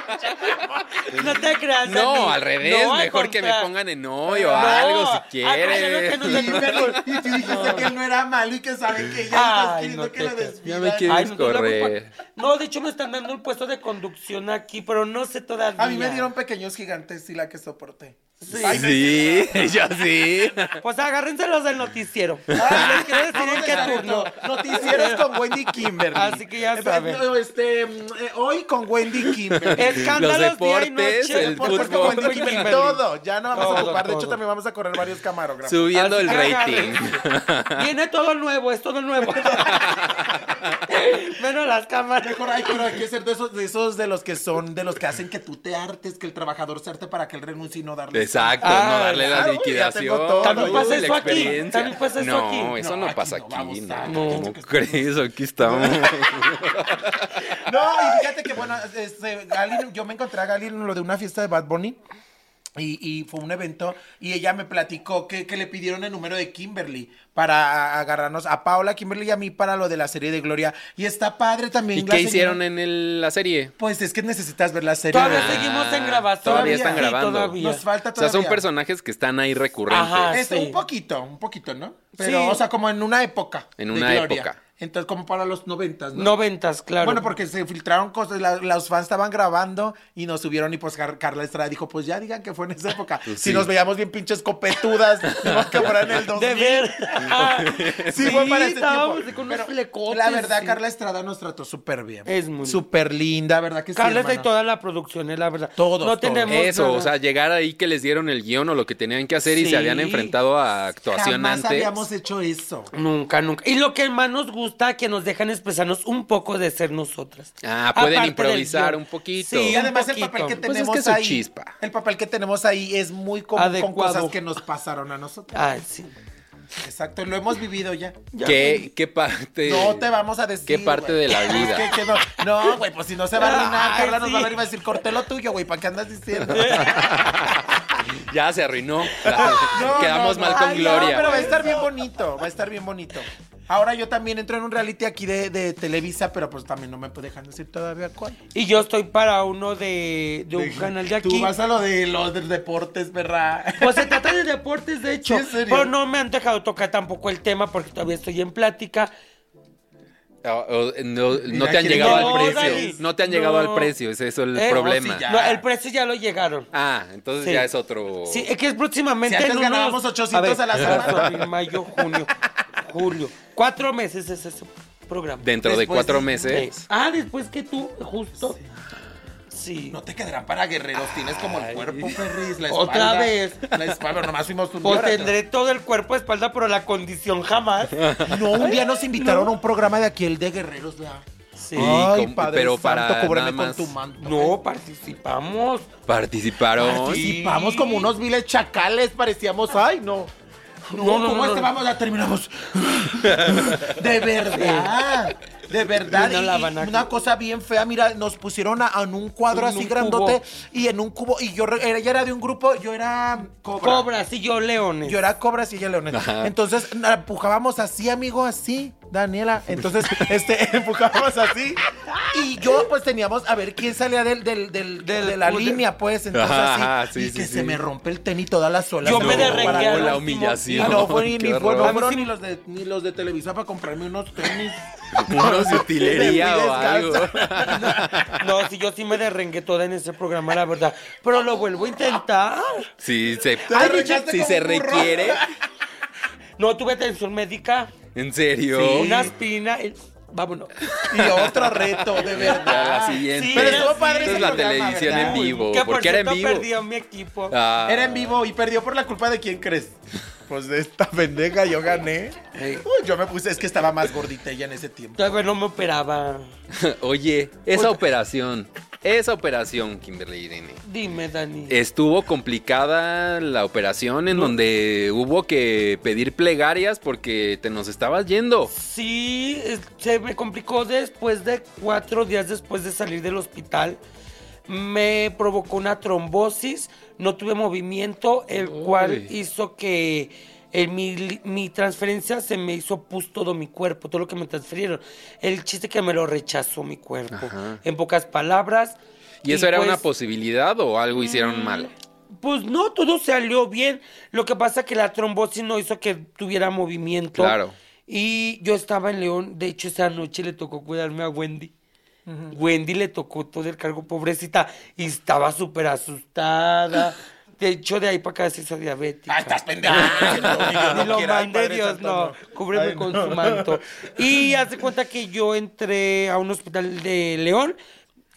C: no te creas.
A: No,
C: Dani.
A: al revés.
C: No, al
A: mejor que me
C: contra-
A: pongan en hoyo o
C: No,
A: algo si
C: al contrario, que
A: quieres.
C: nos
B: Y Kimberly,
C: No.
B: y tú dijiste que él no era malo y que saben que ya estás
C: Ay,
B: queriendo
C: no
B: que
C: te
B: lo
A: Ya
C: creas.
B: despidan.
A: me quiero
C: Ay, no tengo la
A: correr.
C: culpa. No, de hecho me están dando el puesto de conducción aquí, pero no sé todavía.
B: A mí me dieron pequeños gigantes y la que soporté.
C: Sí.
A: Sí, yo sí.
C: Pues agárrenselos del noticiero.
B: Ay,
C: Ah, Les quiero decir en qué turno.
B: Noticieros con Wendy Kimberly.
C: Así que ya
B: Eh,
C: saben.
B: no, Este, mm, eh, hoy con Wendy Kimberly.
C: Escándalos
A: Los deportes,
C: día y noche.
A: el
B: Por
C: Deportes
B: supuesto,
A: fútbol.
B: Wendy Kimberly.
C: Kimberly.
B: Todo. Ya no vamos a
C: Todo,
B: ocupar. De hecho,
C: todo.
B: también vamos a correr varios camarógrafos.
A: Subiendo el
C: Así que
A: rating.
C: agárrense. Viene todo nuevo, es todo nuevo. Menos las cámaras.
B: Mejor hay, pero hay que ser de esos, de esos de los que son, de los que hacen que tú te hartes, que el trabajador se harte para que él renuncie y no darle.
A: Exacto,
C: Ah,
A: no darle
B: claro,
A: la
B: ya
A: liquidación.
B: tengo todo.
C: También
A: uh,
C: pasa
A: la
C: eso aquí,
A: experiencia.
C: también pasa eso
A: no,
C: aquí.
A: eso
B: No,
A: no,
B: aquí
A: pasa
B: no,
A: aquí.
B: vamos a-
A: No,
C: No.
A: ¿Cómo crees? Aquí estamos.
B: No, y fíjate que bueno, este, Gali- yo me encontré a Gali en lo de una fiesta de Bad Bunny. Y, y fue un evento y ella me platicó que, que le pidieron el número de Kimberly para agarrarnos a Paola, Kimberly y a mí para lo de la serie de Gloria. Y está padre también.
A: ¿Y
B: la
A: qué
B: señora-
A: hicieron en el- la serie?
B: Pues es que necesitas ver la serie.
C: Todavía
B: ¿verdad?
C: seguimos en
A: Ah,
C: grabación.
A: Todavía están
C: Sí,
A: grabando.
C: todavía.
B: Nos falta
A: O sea,
B: todavía.
A: son personajes que están ahí recurrentes.
C: Ajá.
B: Es
C: sí.
B: un poquito, un poquito, ¿no? Pero,
C: Sí.
B: o sea, como en una época.
A: En
B: de
A: una
B: Gloria.
A: época.
B: Entonces, como para los noventas, ¿no?
C: Noventas, claro.
B: Bueno, porque se filtraron cosas, la- los fans estaban grabando y nos subieron y pues Car- Carla Estrada dijo, pues ya digan que fue en esa época.
A: Pues
B: si
A: sí.
B: nos veíamos bien pinches copetudas, tenemos que fuera en el 2000.
C: De ver.
B: Sí, fue para ese
C: estábamos
B: tiempo.
C: con unos
B: Pero
C: flecotes,
B: La verdad,
C: sí.
B: Carla Estrada nos trató súper bien.
C: Es muy-
B: Súper linda, ¿verdad que sí,
C: Carla
B: hermano?
C: y toda la producción, es la verdad.
B: Todos,
C: No
B: todos.
C: tenemos
A: Eso,
C: nada.
A: o sea, llegar ahí que les dieron el guión o lo que tenían que hacer y
C: Sí.
A: se habían enfrentado a actuación
B: Jamás
A: antes.
B: habíamos hecho eso.
C: Nunca, nunca. Y lo que más nos gusta, que nos dejan expresarnos un poco de ser nosotras.
A: Ah, pueden
C: Aparte del
A: improvisar
C: guión.
A: un poquito.
C: Sí,
B: Y
A: un
B: además el
C: poquito.
B: papel que
C: Pues
A: es que
B: tenemos
A: es su
B: ahí.
A: chispa.
B: El papel que tenemos ahí es muy común con
C: Adecuado.
B: cosas que nos pasaron a nosotros.
C: Ay, sí.
B: Exacto, lo hemos vivido ya.
C: Ya.
A: ¿Qué, qué parte?
B: No te vamos a decir.
A: ¿Qué parte
B: güey.
A: de la
B: Es
A: vida?
B: que- que no- no, güey, pues si no se va a arruinar,
C: Ay,
B: Carla nos
C: sí.
B: va a ver y va a decir, cortelo tuyo, güey, ¿para qué andas diciendo?
A: Ya se arruinó.
B: No,
A: Quedamos
B: no,
A: mal
B: no.
A: con
B: Ay, no,
A: Gloria.
B: pero va a estar bien bonito, va a estar bien bonito. Ahora yo también entro en un reality aquí de, de Televisa, pero pues también no me dejan decir todavía cuál.
C: Y yo estoy para uno de, de un canal de aquí.
B: Tú vas a lo de los de deportes, ¿verdad?
C: Pues se trata de deportes, de hecho.
B: Sí, ¿en serio?
C: Pero no me han dejado tocar tampoco el tema porque todavía estoy en plática.
A: O- o- No, no
B: Mira,
A: te han
B: ¿quién
A: llegado
C: no,
A: al
C: Dani?
A: precio. No te han llegado
C: No.
A: al precio, es eso el
C: Eh,
A: problema.
B: oh, sí, ya.
C: No, el precio ya lo llegaron.
A: Ah, entonces
C: Sí.
A: ya es otro.
C: Sí,
B: eh,
C: es que es próximamente.
B: Si antes
C: en
B: ganábamos 800 a la semana.
C: marzo, abril, mayo, junio, julio. Cuatro meses es ese programa.
A: Dentro de
B: Después
A: cuatro
B: de-
A: meses.
C: Eh, Ah, después que tú, justo. Sí.
B: No te quedará para guerreros, tienes como el cuerpo, Ferris, la espalda.
C: Otra vez.
B: La espalda, nomás fuimos un
C: O
B: día.
C: tendré todo el cuerpo de espalda, pero la condición jamás.
B: No, un día nos invitaron a un programa de aquí, el de guerreros, ¿verdad?
C: Sí.
A: Y
B: Ay,
A: con-
B: padre
A: pero
B: santo,
A: para
B: cúbreme
A: nada más-
B: con tu manto. ¿eh?
C: No, participamos.
A: Participaron.
B: Participamos como unos viles chacales, parecíamos, ay, no. No,
C: No, no,
B: ¿cómo
C: no,
B: este
C: no.
B: vamos a terminamos? de verdad, de verdad.
C: Y no
B: y-
C: la
B: y
C: van a-
B: una cosa bien fea, mira, nos pusieron a- en un cuadro
C: En
B: así
C: un
B: grandote
C: cubo.
B: y en un cubo, y yo re- ella era de un grupo, yo era cobra.
C: Cobras y yo leones.
B: Yo era cobra y ella leonel.
A: Ajá.
B: Entonces la empujábamos así, amigo, así, Daniela. Entonces, este, empujábamos así. Y yo, pues teníamos a ver quién salía del, del, del-
C: Del-
B: de la
C: de-
B: línea, pues. Entonces,
A: Ajá,
B: así.
A: sí,
B: y
A: sí,
B: que
A: sí.
B: se me rompe el tenis toda la suela.
C: Yo
B: No,
C: me derrengué
B: para-
C: al
A: la
C: último.
B: Y
A: humillación.
B: no fue ni,
A: Qué
B: ni fue- no
A: horror.
B: fueron ni los de ni los de Televisa para comprarme unos tenis.
A: Unos de
B: Me
A: utilería
B: fui
A: o algo.
C: No, si yo sí me derrengué toda en ese programa, la verdad. Pero lo vuelvo a intentar.
A: Si se,
B: Ay, Richard,
A: si
B: como
A: se
B: un burro.
A: requiere.
C: No tuve atención médica.
A: En serio.
C: Una aspirina. y- Vámonos.
B: Y otro reto, de
A: Ya
B: verdad.
A: la siguiente.
C: sí,
B: Pero estuvo
C: sí.
B: padre ese
A: es la
B: programa,
A: televisión
B: ¿verdad?
A: en vivo.
C: que por
A: porque era en
C: cierto,
A: vivo.
C: perdió mi equipo.
A: Ah.
B: Era en vivo y perdió por la culpa de quién crees. Pues de esta pendeja yo gané. Uy, yo me puse, es que estaba más gordita ella en ese tiempo.
C: Todavía no me operaba.
A: Oye, esa operación. Esa operación, Kimberly Irene.
C: Dime, Dani.
A: Estuvo complicada la operación en donde hubo que pedir plegarias porque te nos estabas yendo.
C: Sí, es- se me complicó después de cuatro días después de salir del hospital. Me provocó una trombosis, no tuve movimiento, el
A: Uy.
C: cual hizo que eh, mi, li- mi transferencia se me hizo pus todo mi cuerpo, todo lo que me transfirieron. El chiste que me lo rechazó mi cuerpo,
A: Ajá.
C: en pocas palabras.
A: ¿Y eso era una
C: pues,
A: posibilidad o algo hicieron mal?
C: pues no, todo salió bien. Lo que pasa que la trombosis no hizo que tuviera movimiento.
A: Claro.
C: Y yo estaba en León, de hecho esa noche le tocó cuidarme a Wendy. Wendy le tocó todo el cargo, pobrecita, y estaba súper asustada. De hecho, de ahí para acá se hizo diabética.
B: Ah, estás pendeja. Yo
C: Y lo
B: quiero, ay,
C: mandé
B: Padre
C: Dios,
B: Santo,
C: no, cúbreme
B: Ay,
C: con
B: no.
C: su manto. Y hace cuenta que yo entré a un hospital de León,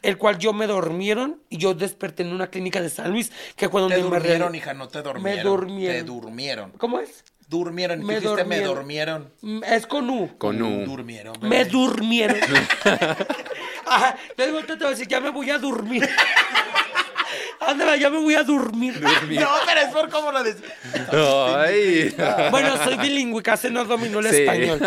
C: el cual yo me durmieron y yo desperté en una clínica de San Luis, que fue donde
B: Te
C: me
B: durmieron,
C: re-
B: hija, no te dormieron.
C: Me durmieron.
B: Te durmieron.
C: ¿Cómo es?
B: Durmieron, me
C: Me
B: durmieron. me
C: durmieron.
B: dormieron.
C: Mm, Es con U.
A: Con un.
B: Durmieron.
C: Me
B: bebé.
C: durmieron. Ajá, entonces ahorita te voy a decir, ya me voy a dormir. Ándala, ya me voy a dormir.
B: No, pero es por cómo lo decís.
A: Ay.
C: Bueno, soy bilingüe, casi no dominó el
A: Sí.
C: español.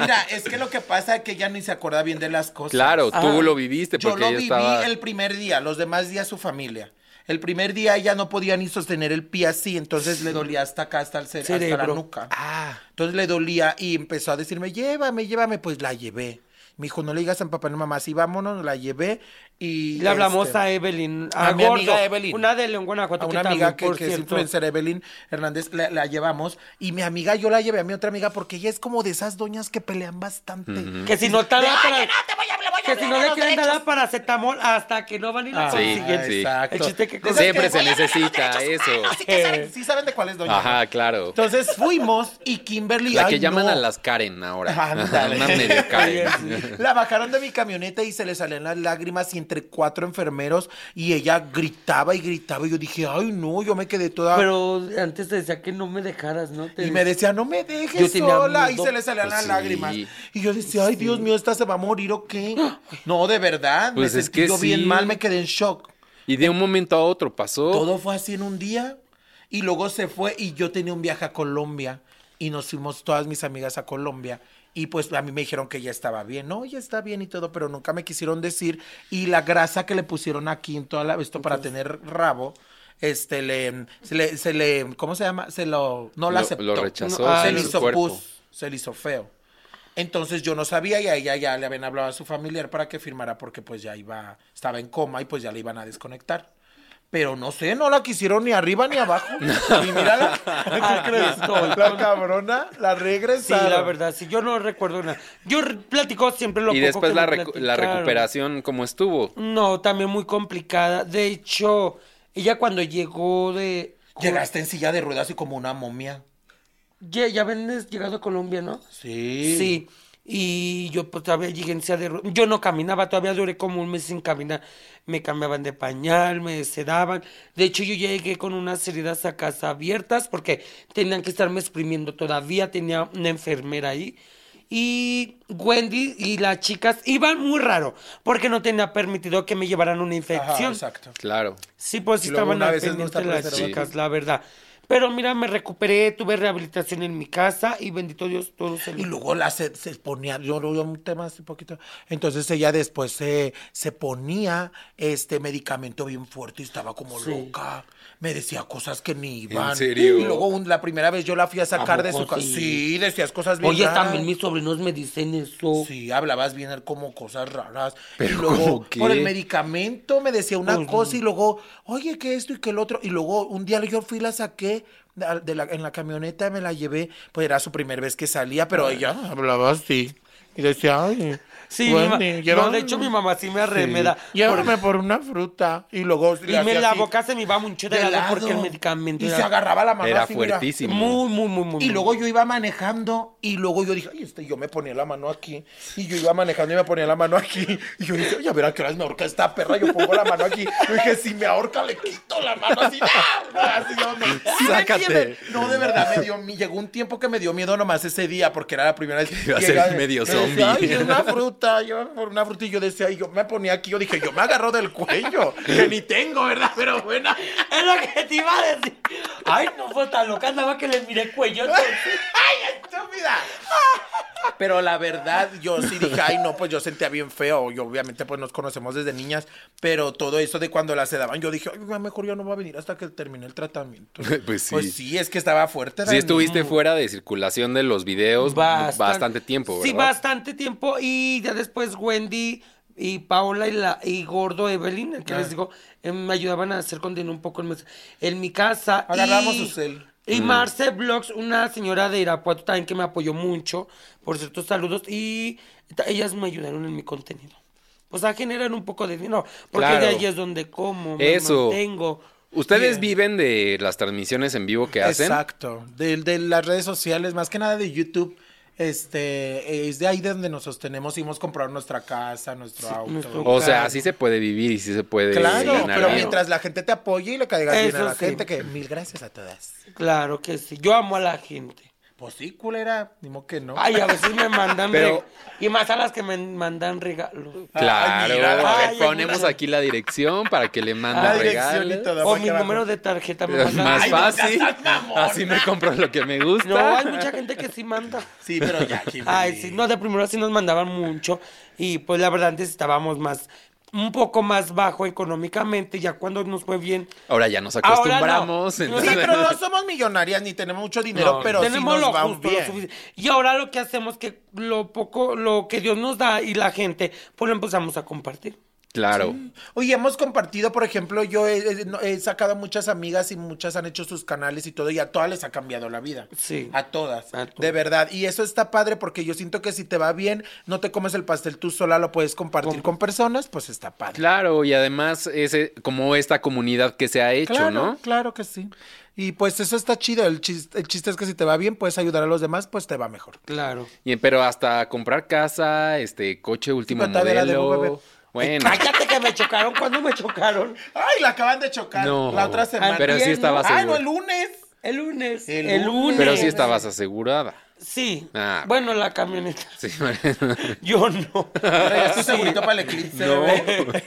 B: Mira, es que lo que pasa es que ella ni se acuerda bien de las cosas.
A: Claro,
C: Ah.
A: tú lo viviste
B: Yo
A: porque
B: lo
A: ella
B: viví
A: estaba.
B: el primer día, los demás días su familia. El primer día ella no podía ni sostener el pie así, entonces le dolía hasta acá, hasta, el cere- hasta la
C: Cerebro.
B: nuca.
A: Ah.
B: Entonces le dolía y empezó a decirme, llévame, llévame, pues la llevé. Me dijo, no le digas a mi papá ni a mamá. Así vámonos, la llevé y.
C: Le hablamos
B: este,
C: a Evelyn.
B: a mi
C: Gordo,
B: amiga Evelyn.
C: Una de León, Guanajuato.
B: a una
C: que
B: amiga
C: también,
B: que,
C: por
B: que es
C: cierto,
B: influencer, Evelyn Hernández, la, la llevamos. Y mi amiga, yo la llevé a mi otra amiga porque ella es como de esas doñas que pelean bastante.
C: Que si no te da
D: Ay,
C: para.
D: que no, te voy a hablar, voy a
C: Que si
D: hablar
C: no
D: de
C: le
D: los
C: quieren
D: derechos.
C: dar paracetamol hasta que no van y la
B: Ah,
A: Sí,
C: consiguen.
A: sí.
B: exacto.
C: El chiste que
B: Esas
A: Siempre
B: que-
A: se
D: voy a hablar de los
A: necesita
D: derechos
A: eso.
D: humanos,
B: Sí, que saben, sí saben de cuál es doña.
A: Ajá, claro.
B: Entonces fuimos y Kimberly.
A: La que
B: ay,
A: llaman
B: no. Ah,
A: a las Karen ahora.
B: Ándale.
A: Una medio Karen.
B: La bajaron de mi camioneta y se le salían las lágrimas y entre cuatro enfermeros y ella gritaba y gritaba y yo dije, ay no, yo me quedé toda...
C: Pero antes te decía que no me dejaras, ¿no? Te
B: y me decía,
C: decía-
B: no me
C: Yo
B: dejes
C: tenía
B: sola. Y
C: miedo.
B: se le salían
A: Pues
B: las
A: sí.
B: lágrimas. Y yo decía, ay, Dios mío, esta se va a morir o qué. No, de verdad.
A: Pues
B: me
A: es
B: sentí
A: que
B: yo bien
A: sí.
B: mal, me quedé en shock.
A: Y de un momento a otro pasó.
B: Todo fue así en un día. Y luego se fue y yo tenía un viaje a Colombia y nos fuimos todas mis amigas a Colombia. Y pues a mí me dijeron que ya estaba bien. No, ya está bien y todo, pero nunca me quisieron decir. Y la grasa que le pusieron aquí en toda la... Esto para tener rabo, este, le... Se le... se le- ¿Cómo se llama? Se lo... No la
A: Lo-
B: aceptó.
A: lo rechazó,
C: No, ah,
B: se
C: en
B: le
A: su
B: hizo
A: cuerpo.
B: pus, se le hizo feo. Entonces yo no sabía y a ella ya le habían hablado a su familiar para que firmara porque pues ya iba, estaba en coma y pues ya le iban a desconectar. Pero no sé, no la quisieron ni arriba ni abajo. Y mírala, ¿qué crees?
C: estoy
B: La
C: con-
B: cabrona la
C: Sí,
B: regresa.
C: la verdad, sí, yo no recuerdo nada. Yo re- platico siempre lo
A: y
C: poco
A: después
C: que
A: la,
C: me
A: recu- la
C: platicaron.
A: recuperación, ¿cómo estuvo?
C: No, también muy complicada. De hecho, ella cuando llegó de...
B: Llegaste en silla de ruedas y como una momia.
C: Ya, ya habían llegado a Colombia, ¿no?
B: Sí.
C: Sí. Y yo pues todavía llegué en silla de ru- Yo no caminaba, todavía duré como un mes sin caminar. Me cambiaban de pañal, me sedaban. De hecho, yo llegué con unas heridas a casa abiertas porque tenían que estarme exprimiendo todavía. Tenía una enfermera ahí. Y Wendy y las chicas iban muy raro porque no tenía permitido que me llevaran una
B: Ajá,
C: infección.
B: exacto.
A: Claro.
C: Sí, pues sí
B: Y luego
C: estaban
B: una
C: al
B: vez es nuestra
C: pendiente las
B: preservación.
C: chicas, la verdad. Pero mira, me recuperé, tuve rehabilitación en mi casa y bendito Dios, todo se
B: Y
C: me-
B: luego la se, se ponía, yo yo un tema así poquito. Entonces ella después se, se ponía este medicamento bien fuerte y estaba como
C: Sí.
B: loca. Me decía cosas que ni iban.
A: serio?
B: Y luego un- la primera vez yo la fui a sacar de su
C: poco
B: casa.
C: sí?
B: Sí, decías cosas bien
C: Oye,
B: raras.
C: también mis sobrinos me dicen eso.
B: Sí, hablabas bien como cosas raras.
A: Pero,
B: y luego,
A: ¿cómo qué?
B: por el medicamento me decía una
C: Uy,
B: cosa y luego, oye, que esto y que el otro. Y luego un día yo fui y la saqué de- de la- en la camioneta, me la llevé. Pues era su primera vez que salía, pero ella hablaba así. Y decía, ay,
C: Sí,
B: bueno,
C: mi ma- no,
B: llévame-
C: de hecho mi mamá sí me
B: Sí,
C: arremeda.
B: Llévame por una fruta. Y luego. le
C: Y me
B: hacía
C: la
B: así,
C: boca se me iba mucho de,
B: de
C: lado,
B: lado.
C: porque el medicamento
B: Y
C: era
B: se agarraba la mano
A: Era
B: así, mira.
A: fuertísimo.
C: muy, muy, muy, muy.
B: Y luego yo iba manejando y luego yo dije, ay, este, yo me ponía la mano aquí. Y yo iba manejando y me ponía la mano aquí. Y yo dije, oye, a ver a qué horas me ahorca esta perra. Yo pongo la mano aquí. Yo dije, si me ahorca, le quito la mano así. ¡No! Así yo no. Sí me
A: Sácate.
B: tiene- No, de verdad, me dio, mi- llegó un tiempo que me dio miedo nomás ese día porque era la primera vez que
A: Iba a ser
B: llegaba-
A: medio
B: me decía,
A: zombie.
B: "Ay, una fruta, yo por una fruta. Y yo decía, y yo me ponía aquí. Yo dije, yo me agarro del cuello. Que ni tengo, ¿verdad? Pero buena.
C: Es lo que te iba a decir. Ay, no fue tan loca, nada más que le miré el cuello. entonces.
B: ¡Ay, estúpida! Pero la verdad, yo sí dije, ay, no, pues yo sentía bien feo. Y obviamente, pues nos conocemos desde niñas, pero todo eso de cuando las sedaban, yo dije, ay, a lo mejor ya no va a venir hasta que termine el tratamiento.
A: Pues sí.
B: Pues sí, es que estaba fuerte.
A: Sí
B: Dani.
A: estuviste fuera de circulación de los videos bastante, tiempo, ¿verdad?
C: Pues Sí, bastante tiempo. Y ya después Wendy y Paola y, la, y Gordo Evelyn, el que
A: Ah.
C: les digo, eh, me ayudaban a hacer contenido un poco en, mes- en mi casa.
B: Agarramos
C: y,
B: su cel.
A: Mm.
C: Y Marce Blogs, una señora de Irapuato también que me apoyó mucho, por ciertos saludos, y ta- ellas me ayudaron en mi contenido. O sea, generan un poco de dinero, porque
A: Claro.
C: de ahí es donde como, me
A: Eso.
C: mantengo.
A: Ustedes
B: Bien.
A: viven de las transmisiones en vivo que hacen.
B: Exacto. De, de las redes sociales, más que nada de YouTube. Este, es de ahí de donde nos sostenemos, hemos comprado nuestra casa, nuestro auto.
C: nuestro
A: O sea,
C: Claro.
A: así se puede vivir y sí se puede
B: Claro,
A: ganar
B: pero
A: dinero.
B: mientras la gente te apoye y le caigas bien a
C: Eso
B: la
C: sí.
B: gente, que mil gracias a todas.
C: Claro que sí, yo amo a la gente.
B: Pues sí, culera, ni modo que no.
C: Ay, a veces me mandan
A: Pero-
C: regalos. Y más a las que me mandan regalos.
B: Ah,
A: Claro,
B: Ay, mira,
A: a ver,
C: ay,
A: ponemos
C: ay.
A: aquí la dirección para que le
B: la
A: manden
B: dirección y
A: regalos.
B: todo.
C: O
B: para
C: mi
B: que abajo.
C: número de tarjeta me
A: Es
C: mandan.
A: más
C: Ay,
A: fácil.
B: seas mamona.
A: Así me compro lo que me gusta.
C: No, hay mucha gente que sí manda.
B: Sí, pero ya, Kimberly.
C: Ay, sí, no, de primero sí nos mandaban mucho. Y pues la verdad, antes estábamos más un poco más bajo económicamente, ya cuando nos fue bien.
A: Ahora ya nos
C: Ahora no.
A: acostumbramos.
C: Sí,
B: Sí,
A: entonces-
B: pero no somos millonarias ni tenemos mucho dinero,
C: No,
B: pero
C: tenemos
B: sí nos
C: lo
B: va
C: justo, lo
B: bien.
C: sufici- y ahora lo que hacemos que lo poco, lo que Dios nos da y la gente, pues lo empezamos a compartir.
A: Claro.
B: Oye, hemos compartido, por ejemplo, yo he, he- no- he sacado a muchas amigas y muchas han hecho sus canales y todo, y a todas les ha cambiado la vida.
C: Sí.
B: A todas.
C: A todas.
B: De verdad. Y eso está padre porque yo siento que si te va bien, no te comes el pastel tú sola, lo puedes compartir
C: Com-
B: con personas, pues está padre.
A: Claro, y además ese, como esta comunidad que se ha hecho,
B: claro,
A: ¿no?
B: claro que sí. Y pues eso está chido. El chis- el chiste, es que si te va bien, puedes ayudar a los demás, pues te va mejor.
C: Claro.
A: Y- pero hasta comprar casa, este coche último
B: matadera de
A: modelo.
B: Uber.
A: Bueno,
C: Cállate que me chocaron. ¿Cuándo me chocaron?
B: Ay, la acaban de chocar.
A: No.
B: La otra semana.
A: pero sí
C: Antier,
A: estaba Ah,
B: Ah, no,
A: segura.
B: el lunes.
C: El lunes.
B: El
C: El,
B: lunes.
C: lunes.
A: pero sí estabas asegurada.
C: Sí.
A: Ah.
C: Bueno, la camioneta.
A: Sí.
C: Yo no.
B: Traías tu
C: Sí.
B: segurito para el eclipse, ¿eh?
A: No.
B: bebé.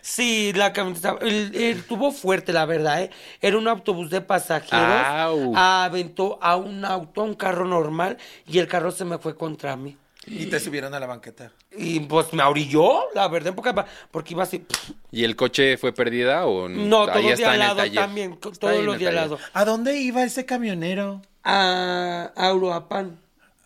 C: Sí, la camioneta. el- el tuvo fuerte, la verdad, ¿eh? Era un autobús de pasajeros.
A: Au.
C: Aventó a un auto, a un carro normal, y el carro se me fue contra mí.
B: Y te subieron a la banqueta.
C: Y pues me orilló, la verdad, porque, porque iba así.
A: ¿Y el coche fue perdida o n-
C: No,
A: Mm, ahí
C: todos de
A: está
C: al
A: en el
C: lado
A: taller?
C: también. co-
A: Está ahí
C: Todos
A: en
C: los
A: el
C: de al
A: taller.
C: lado.
B: ¿A dónde iba ese camionero?
C: A Auroapan.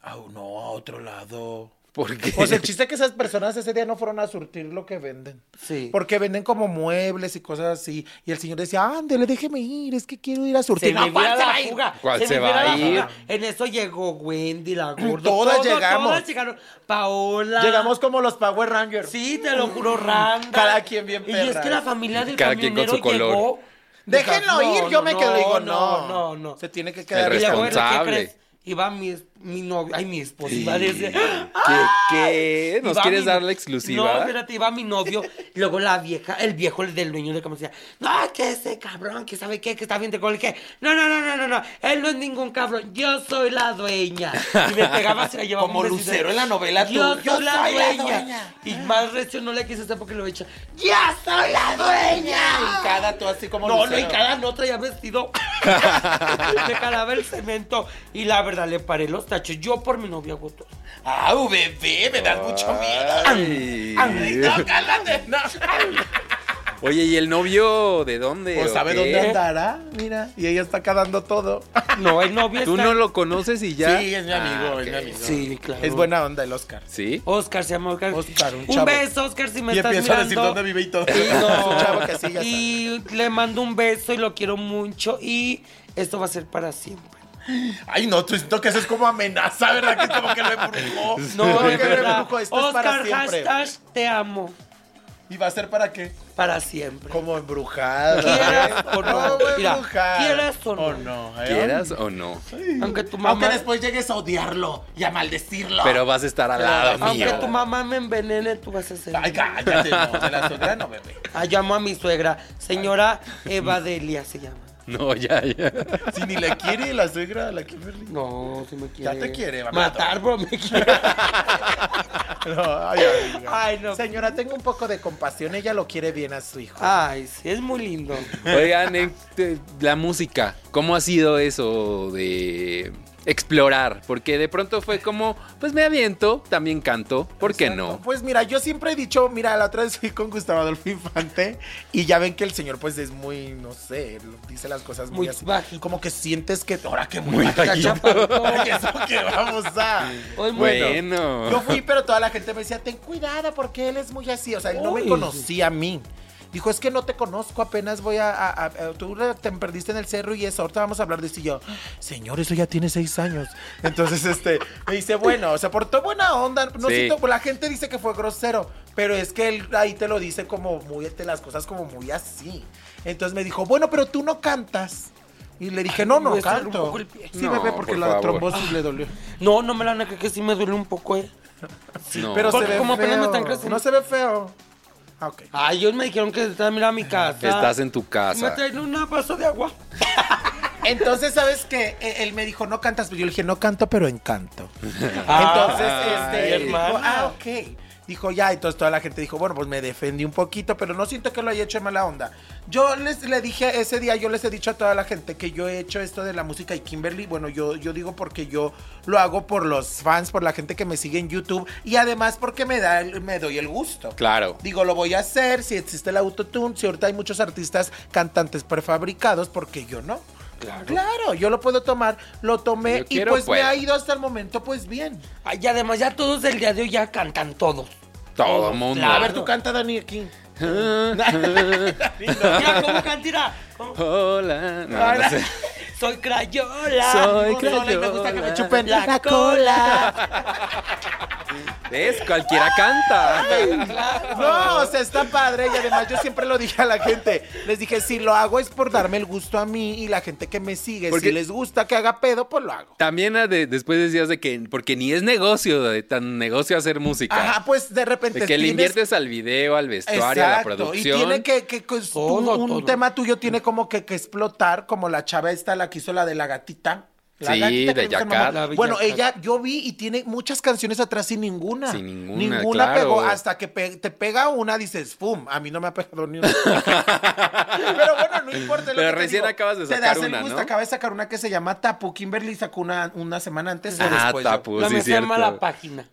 B: Ah, no, a otro lado.
A: ¿Por qué?
B: O sea, el chiste es que esas personas ese día no fueron a surtir lo que venden.
C: Sí.
B: Porque venden como muebles y cosas así. Y el señor decía, ándale, déjeme ir, es que quiero ir a surtir.
C: Se
B: No,
C: me vio a
B: ¿cuál se va
C: la
B: a ir?
C: fuga.
A: ¿Cuál se
C: me
A: va
C: vio
A: a
C: la
A: ir?
C: fuga. En eso llegó Wendy, la gorda.
B: Todas
C: todo-
B: llegamos.
C: Todas llegaron. Paola.
B: Llegamos como los Power Rangers.
C: Sí, te lo juro, Randa.
B: Cada quien bien
C: Y es
B: perra.
C: que la familia del
A: Cada quien con
C: camionero
A: su color.
C: llegó.
B: Déjenlo
C: No,
B: ir, yo
C: no,
B: me quedo. y digo,
C: no,
B: no,
C: no, no.
B: Se tiene que quedar
A: El
C: Y la
B: responsable.
A: responsable.
C: gorda, ¿qué crees? Iba mi, es- mi novio, ay, mi esposa. Iba a decir,
A: ¿Qué? qué? ¿Nos
C: Iba
A: quieres
C: mi-
A: dar la
C: No,
A: exclusiva?
C: espérate, iba mi novio. y luego la vieja, el viejo el del dueño de como decía, no, que ese cabrón, que sabe qué, que está bien de gol, que no, no, no, no, no, no, él no es ningún cabrón, yo soy la dueña. Y me pegaba se la llevaba
B: Como
C: un besito.
B: Lucero en la novela, tú,
C: Yo,
B: "Yo
C: soy, la,
B: soy la
C: dueña.
B: dueña.
C: Y más recio no le quise hacer porque lo he hecho.
B: ¡Ya soy la dueña! Y cada tú así como
C: No, no,
B: Lucero.
C: y cada no traía vestido. me calaba el cemento. Y la verdad, le paré los tachos. Yo por mi novia hago todo.
B: ¡Ah, bebé! Me das mucho miedo.
A: Ay.
B: Ay, no, cálmate, no.
A: Oye, ¿y el novio de dónde?
B: Pues
A: o
B: sabe
A: qué?
B: dónde andará, mira. Y ella está acá dando todo.
C: No, el novio
A: ¿Tú
C: está-
A: no lo conoces y ya? Ah,
B: Sí, es mi amigo, es mi amigo.
C: Sí, claro.
B: Es buena onda el Oscar.
A: ¿Sí?
C: Oscar se llama Oscar.
B: Oscar, un chavo.
C: beso, Oscar, si me
B: y
C: estás
B: empiezo
C: mirando.
B: a decir dónde vive y todo.
C: Y, no.
B: Es un chavo que sí, ya
C: Y le mando un beso y lo quiero mucho y esto va a ser para siempre.
B: sabe. Ay, no, tú siento que eso es como amenaza, ¿verdad? Que es como que lo embrujó.
C: No,
B: Como
C: de
B: que lo
C: verdad.
B: embrujó. Esto es para
C: Oscar,
B: siempre.
C: hashtag te amo
B: ¿Y va a ser para qué?
C: para siempre.
B: Como embrujada.
C: Quieras o no.
B: Como
C: Mira,
B: embrujada.
C: quieras o no.
B: ¿eh?
A: ¿Quieras o no?
C: Aunque
B: Aunque
C: tu mamá
B: después llegues a odiarlo y a maldecirlo.
A: Pero vas a estar al lado
C: aunque
A: mío.
C: tu mamá me envenene, tú vas a ser.
B: Ay, cállate, no. De la suegra no, bebé.
C: Ah, llamo a mi suegra, señora Eva Delia se llama.
A: No, ya, ya.
B: Si ni la quiere la suegra, la Kimberly.
C: No, si me quiere.
B: te quiere, mamá.
C: matar, bro, me quiere.
B: No, ay, amiga.
C: Ay, no.
B: Señora, tengo un poco de compasión. Ella lo quiere bien a su hijo.
C: Ay, sí, es muy lindo.
A: Oigan, en- te- la música, ¿cómo ha sido eso de explorar? Porque de pronto fue como, pues me aviento, también canto, ¿por qué no?
B: Pues mira, yo siempre he dicho, mira, la otra vez fui con Gustavo Adolfo Infante y ya ven que el señor pues es muy, no sé, dice las cosas muy,
C: Muy
B: así.
C: bajito.
B: Como que sientes que, ahora que muy, bajito.
C: chaparrito.
B: Oye, eso que vamos a...
C: Hoy
A: bueno.
C: bueno.
B: Yo fui, pero toda la gente me decía, ten cuidado porque él es muy así. O sea, él no me
C: Uy.
B: conocía a mí. Dijo, es que no te conozco, apenas voy a, a- a- Tú te perdiste en el cerro y eso, ahorita vamos a hablar de esto. Y yo, señor, eso ya tiene seis años. Entonces, este, me dice, bueno, se portó buena onda. No
A: Sí.
B: siento, la gente dice que fue grosero, pero es que él ahí te lo dice como muy, te las cosas como muy así. Entonces me dijo, bueno, pero tú no cantas. Y le dije, no, no
C: me salió un
B: canto.
C: poco el pie.
B: Sí,
A: No,
B: bebé, porque
A: por
B: la
A: favor.
B: trombosis le dolió.
C: No, no me la negué que sí me duele un poco, eh.
A: No.
B: Pero
C: Porque
B: se ve
C: como
B: feo.
C: apenas me están creciendo.
B: No se ve feo. Ah, ok.
C: Ay, ellos me dijeron que están mirando a mi casa.
A: Estás en tu
C: Me
A: casa.
C: traen un vaso de agua.
B: Entonces, ¿sabes qué? E- Él me dijo, no cantas. Pero yo le dije, no canto, pero encanto.
C: Ah,
B: Entonces,
C: ay,
B: este, él dijo,
C: hermana.
B: ah, ok. Dijo, ya, entonces toda la gente dijo, bueno, pues me defendí un poquito, pero no siento que lo haya hecho de mala onda. Yo les le dije ese día, yo les he dicho a toda la gente que yo he hecho esto de la música y Kimberly, bueno, yo, yo digo porque yo lo hago por los fans, por la gente que me sigue en YouTube y además porque me, da, el- me doy el gusto.
A: Claro.
B: Digo, lo voy a hacer si existe el autotune, si ahorita hay muchos artistas cantantes prefabricados, porque yo no.
A: Claro.
B: Claro, yo lo puedo tomar, lo tomé
A: Yo
B: y
A: quiero,
B: pues,
A: pues.
B: me ha ido hasta el momento pues bien.
C: Ay, y además ya todos el día de hoy ya cantan todos.
A: Todo mundo.
C: Claro.
B: A ver, tú canta Dani aquí.
C: Mira cómo cantira. ¿Cómo?
A: Hola. No, no
C: Ahora,
A: sé.
C: Soy crayola.
A: Soy
C: Sola y Me gusta que
A: crayola.
C: me
A: Pues
C: chupen la,
B: La
C: cola.
A: Es cualquiera canta.
C: Claro.
A: Ah,
B: No, o sea, está padre y además yo siempre lo dije a la gente. Les dije, si lo hago es por darme el gusto a mí y la gente que me sigue.
A: Porque-
B: Si les gusta que haga pedo, pues lo hago.
A: También ah, de- después decías de que, porque ni es negocio, de tan negocio hacer música.
B: Ajá, pues de repente.
A: de que le
B: tienes-
A: inviertes al video, al vestuario, a la
B: Y
A: producción.
B: tiene que, que- que es tu-
C: Todo,
B: un
C: todo.
B: tema tuyo tiene como que, que explotar, como la chava esta, la que hizo la de la gatita. La
A: Sí, de
B: que nunca
A: Yacat.
B: nomás-
C: La Bella
B: Bueno,
C: Cat.
B: ella, yo vi y tiene muchas canciones atrás sin ninguna.
A: Sin ninguna, claro.
B: pegó. Hasta que pe- te pega una, dices, ¡pum! A mí no me ha pegado ni una. Pero bueno, no importa. es lo
A: Pero
B: que te
A: recién
B: digo.
A: acabas de
B: Te
A: sacar
B: das el
A: una,
B: gusto,
A: ¿no?
B: Acabas de sacar una que se llama Tapu. Kimberly sacó una, una semana antes o
A: Ah,
B: después. yo.
A: Tapu.
C: la
A: sí,
C: me llama
A: cierto.
C: la página.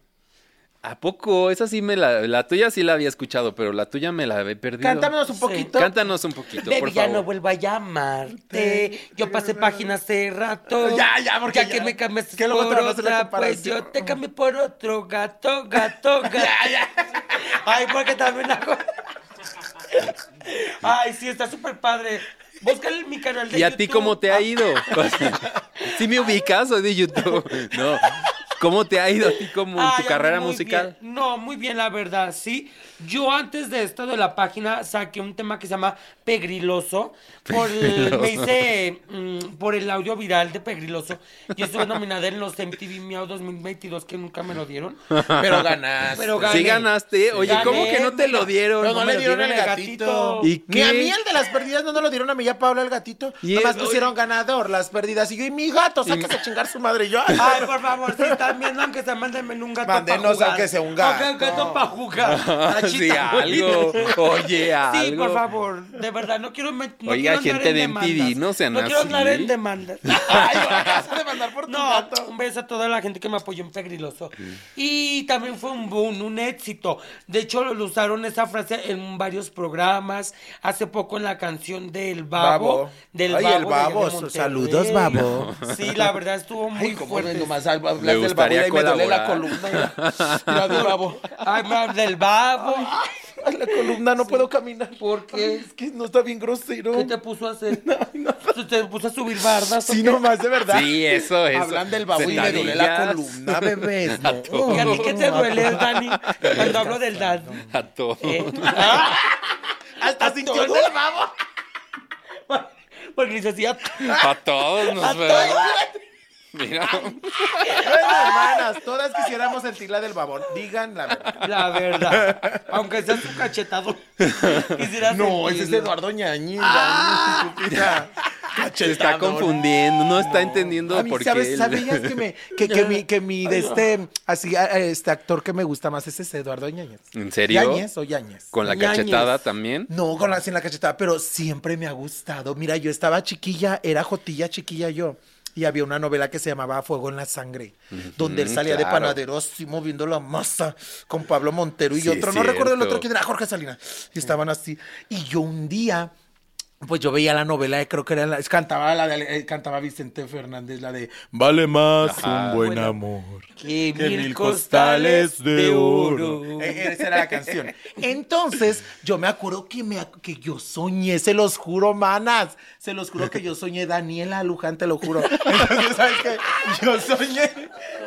A: ¿A poco? Esa sí me la. La tuya sí la había escuchado, pero la tuya me la he perdido.
B: Cántanos un
C: Sí.
B: poquito.
A: Cántanos un poquito, por
C: Baby, ya
A: favor.
C: no vuelva a llamarte. Yo pasé página hace rato.
B: Ya, ya, porque
C: Ya,
B: ya.
C: que me cambiaste
B: Que luego
C: por
B: te vas a hacer la
C: otra, pues
B: comparación.
C: yo te cambié por otro gato, gato, gato. Ay, porque también hago... Ay, sí, está súper padre. Búscale en mi canal de
A: ¿Y a
C: YouTube.
A: ti cómo te ha ido? Si me ubicas, soy de YouTube. No. ¿Cómo te ha ido a ti como en
C: Ay, a
A: tu
C: mí
A: carrera
C: muy
A: musical?
C: bien. No, muy bien, la verdad, sí. Yo antes de esto de la página saqué un tema que se llama Pegriloso. Por el, me hice mm, por el audio viral de Pegriloso. Yo estuve nominada en los MTV Miau 2022 que nunca me lo dieron.
B: Pero ganaste.
C: Pero gané.
A: Sí ganaste. Oye,
C: Gané,
A: ¿cómo que no te lo
C: mira.
A: dieron?
B: Pero no,
C: No
B: le
C: me lo
B: dieron el
C: dieron el
B: gatito.
C: gatito.
A: ¿Y
B: Ni a
A: qué?
B: mí el de las pérdidas no nos lo dieron a mí ya Paula el gatito.
A: Y
B: Nomás
A: el-
B: pusieron ganador las pérdidas. Y yo, y mi gato, sáquese a chingar su madre. Y yo, ay,
C: Ay,
B: bueno.
C: por favor, si están viendo, aunque se mándenme un gato
B: Mándenos,
C: pa' jugar.
B: aunque sea un gato.
C: Aunque un gato para jugar.
A: Sí,
C: Tachita.
A: algo. Oye, algo.
C: Sí, por favor, de verdad, no quiero... me- no
A: Oiga,
C: quiero andar
A: gente
C: en
A: de MTV,
C: demandas.
A: no sean
C: No quiero
A: así.
C: andar en demandas.
B: Ay, me acabas de mandar por tu
C: No,
B: gato.
C: un beso a toda la gente que me apoyó en Pegriloso. Y también fue un boom, un éxito. De hecho, lo usaron esa frase en varios programas. Hace poco en la canción del Babo.
B: Babo.
C: Del
B: Ay,
C: babo,
B: el
C: de
B: Babo,
C: allá de
B: sus
C: Monterrey.
B: saludos, Babo.
C: Sí, la verdad estuvo muy
B: Ay, como
C: fuerte.
B: nomás al- hablas
A: Le
B: del babo y
A: gustaría
B: ahí me duele la
A: colaborar.
B: columna. Mira, del babo.
C: Ay, ma- del Babo.
B: Ay, la columna, no puedo caminar.
C: ¿Por qué?
B: Ay, es que no está bien grosero.
C: ¿Qué te puso a hacer? ¿Te puso a subir bardas? o
B: Sí,
C: qué?
B: nomás, de verdad.
A: Sí, eso es.
B: Hablan del babo y me duele la
A: Sentadillas.
B: columna, bebés. ¿no?
C: ¿Y a ti qué te duele, Dani? Cuando hablo del Dani.
A: A todo.
C: Eh,
B: Hasta sintió el
C: todo.
B: del babo.
C: porque les hacía...
A: A todos nos
C: A
A: fue- Mira.
B: Bueno, hermanas, todas quisiéramos sentir la del babón. Digan la verdad.
C: La verdad. Aunque sea su cachetado. Quisiera
B: No, ese es
C: sentirlo.
B: Eduardo Ñañiga. Ah.
A: Se está confundiendo, no está entendiendo
B: A mí,
A: por qué.
B: ¿sabes,
A: él-
B: sabías que, me, que, que mi, que mi de este, así, a- a este actor que me gusta más es ese Eduardo Ñañez?
A: ¿En serio?
B: ¿Yañez o Yañez?
A: Con la
C: Ñañez.
A: cachetada también.
B: No, con la, sin la cachetada, pero siempre me ha gustado. Mira, yo estaba chiquilla, era jotilla chiquilla yo. Y había una novela que se llamaba Fuego en la Sangre, donde él salía de
A: claro.
B: panadero así moviendo la masa con Pablo Montero y
A: Sí,
B: otro.
A: es
B: No recuerdo el
A: cierto.
B: otro quién era, Jorge Salinas. Y estaban así. Y yo un día, pues yo veía la novela, eh, creo que era la, cantaba la de- eh, cantaba Vicente Fernández, la de Vale más
A: Ajá.
B: un buen
C: Buena.
B: amor.
C: Que
B: Que
C: mil costales de oro.
B: Eh, Esa era la canción. Entonces, yo me acuerdo que, me, ac- que yo soñé, se los juro, manas. Se los juro que yo soñé, Daniela Luján, te lo juro. Entonces, ¿sabes qué? Yo soñé,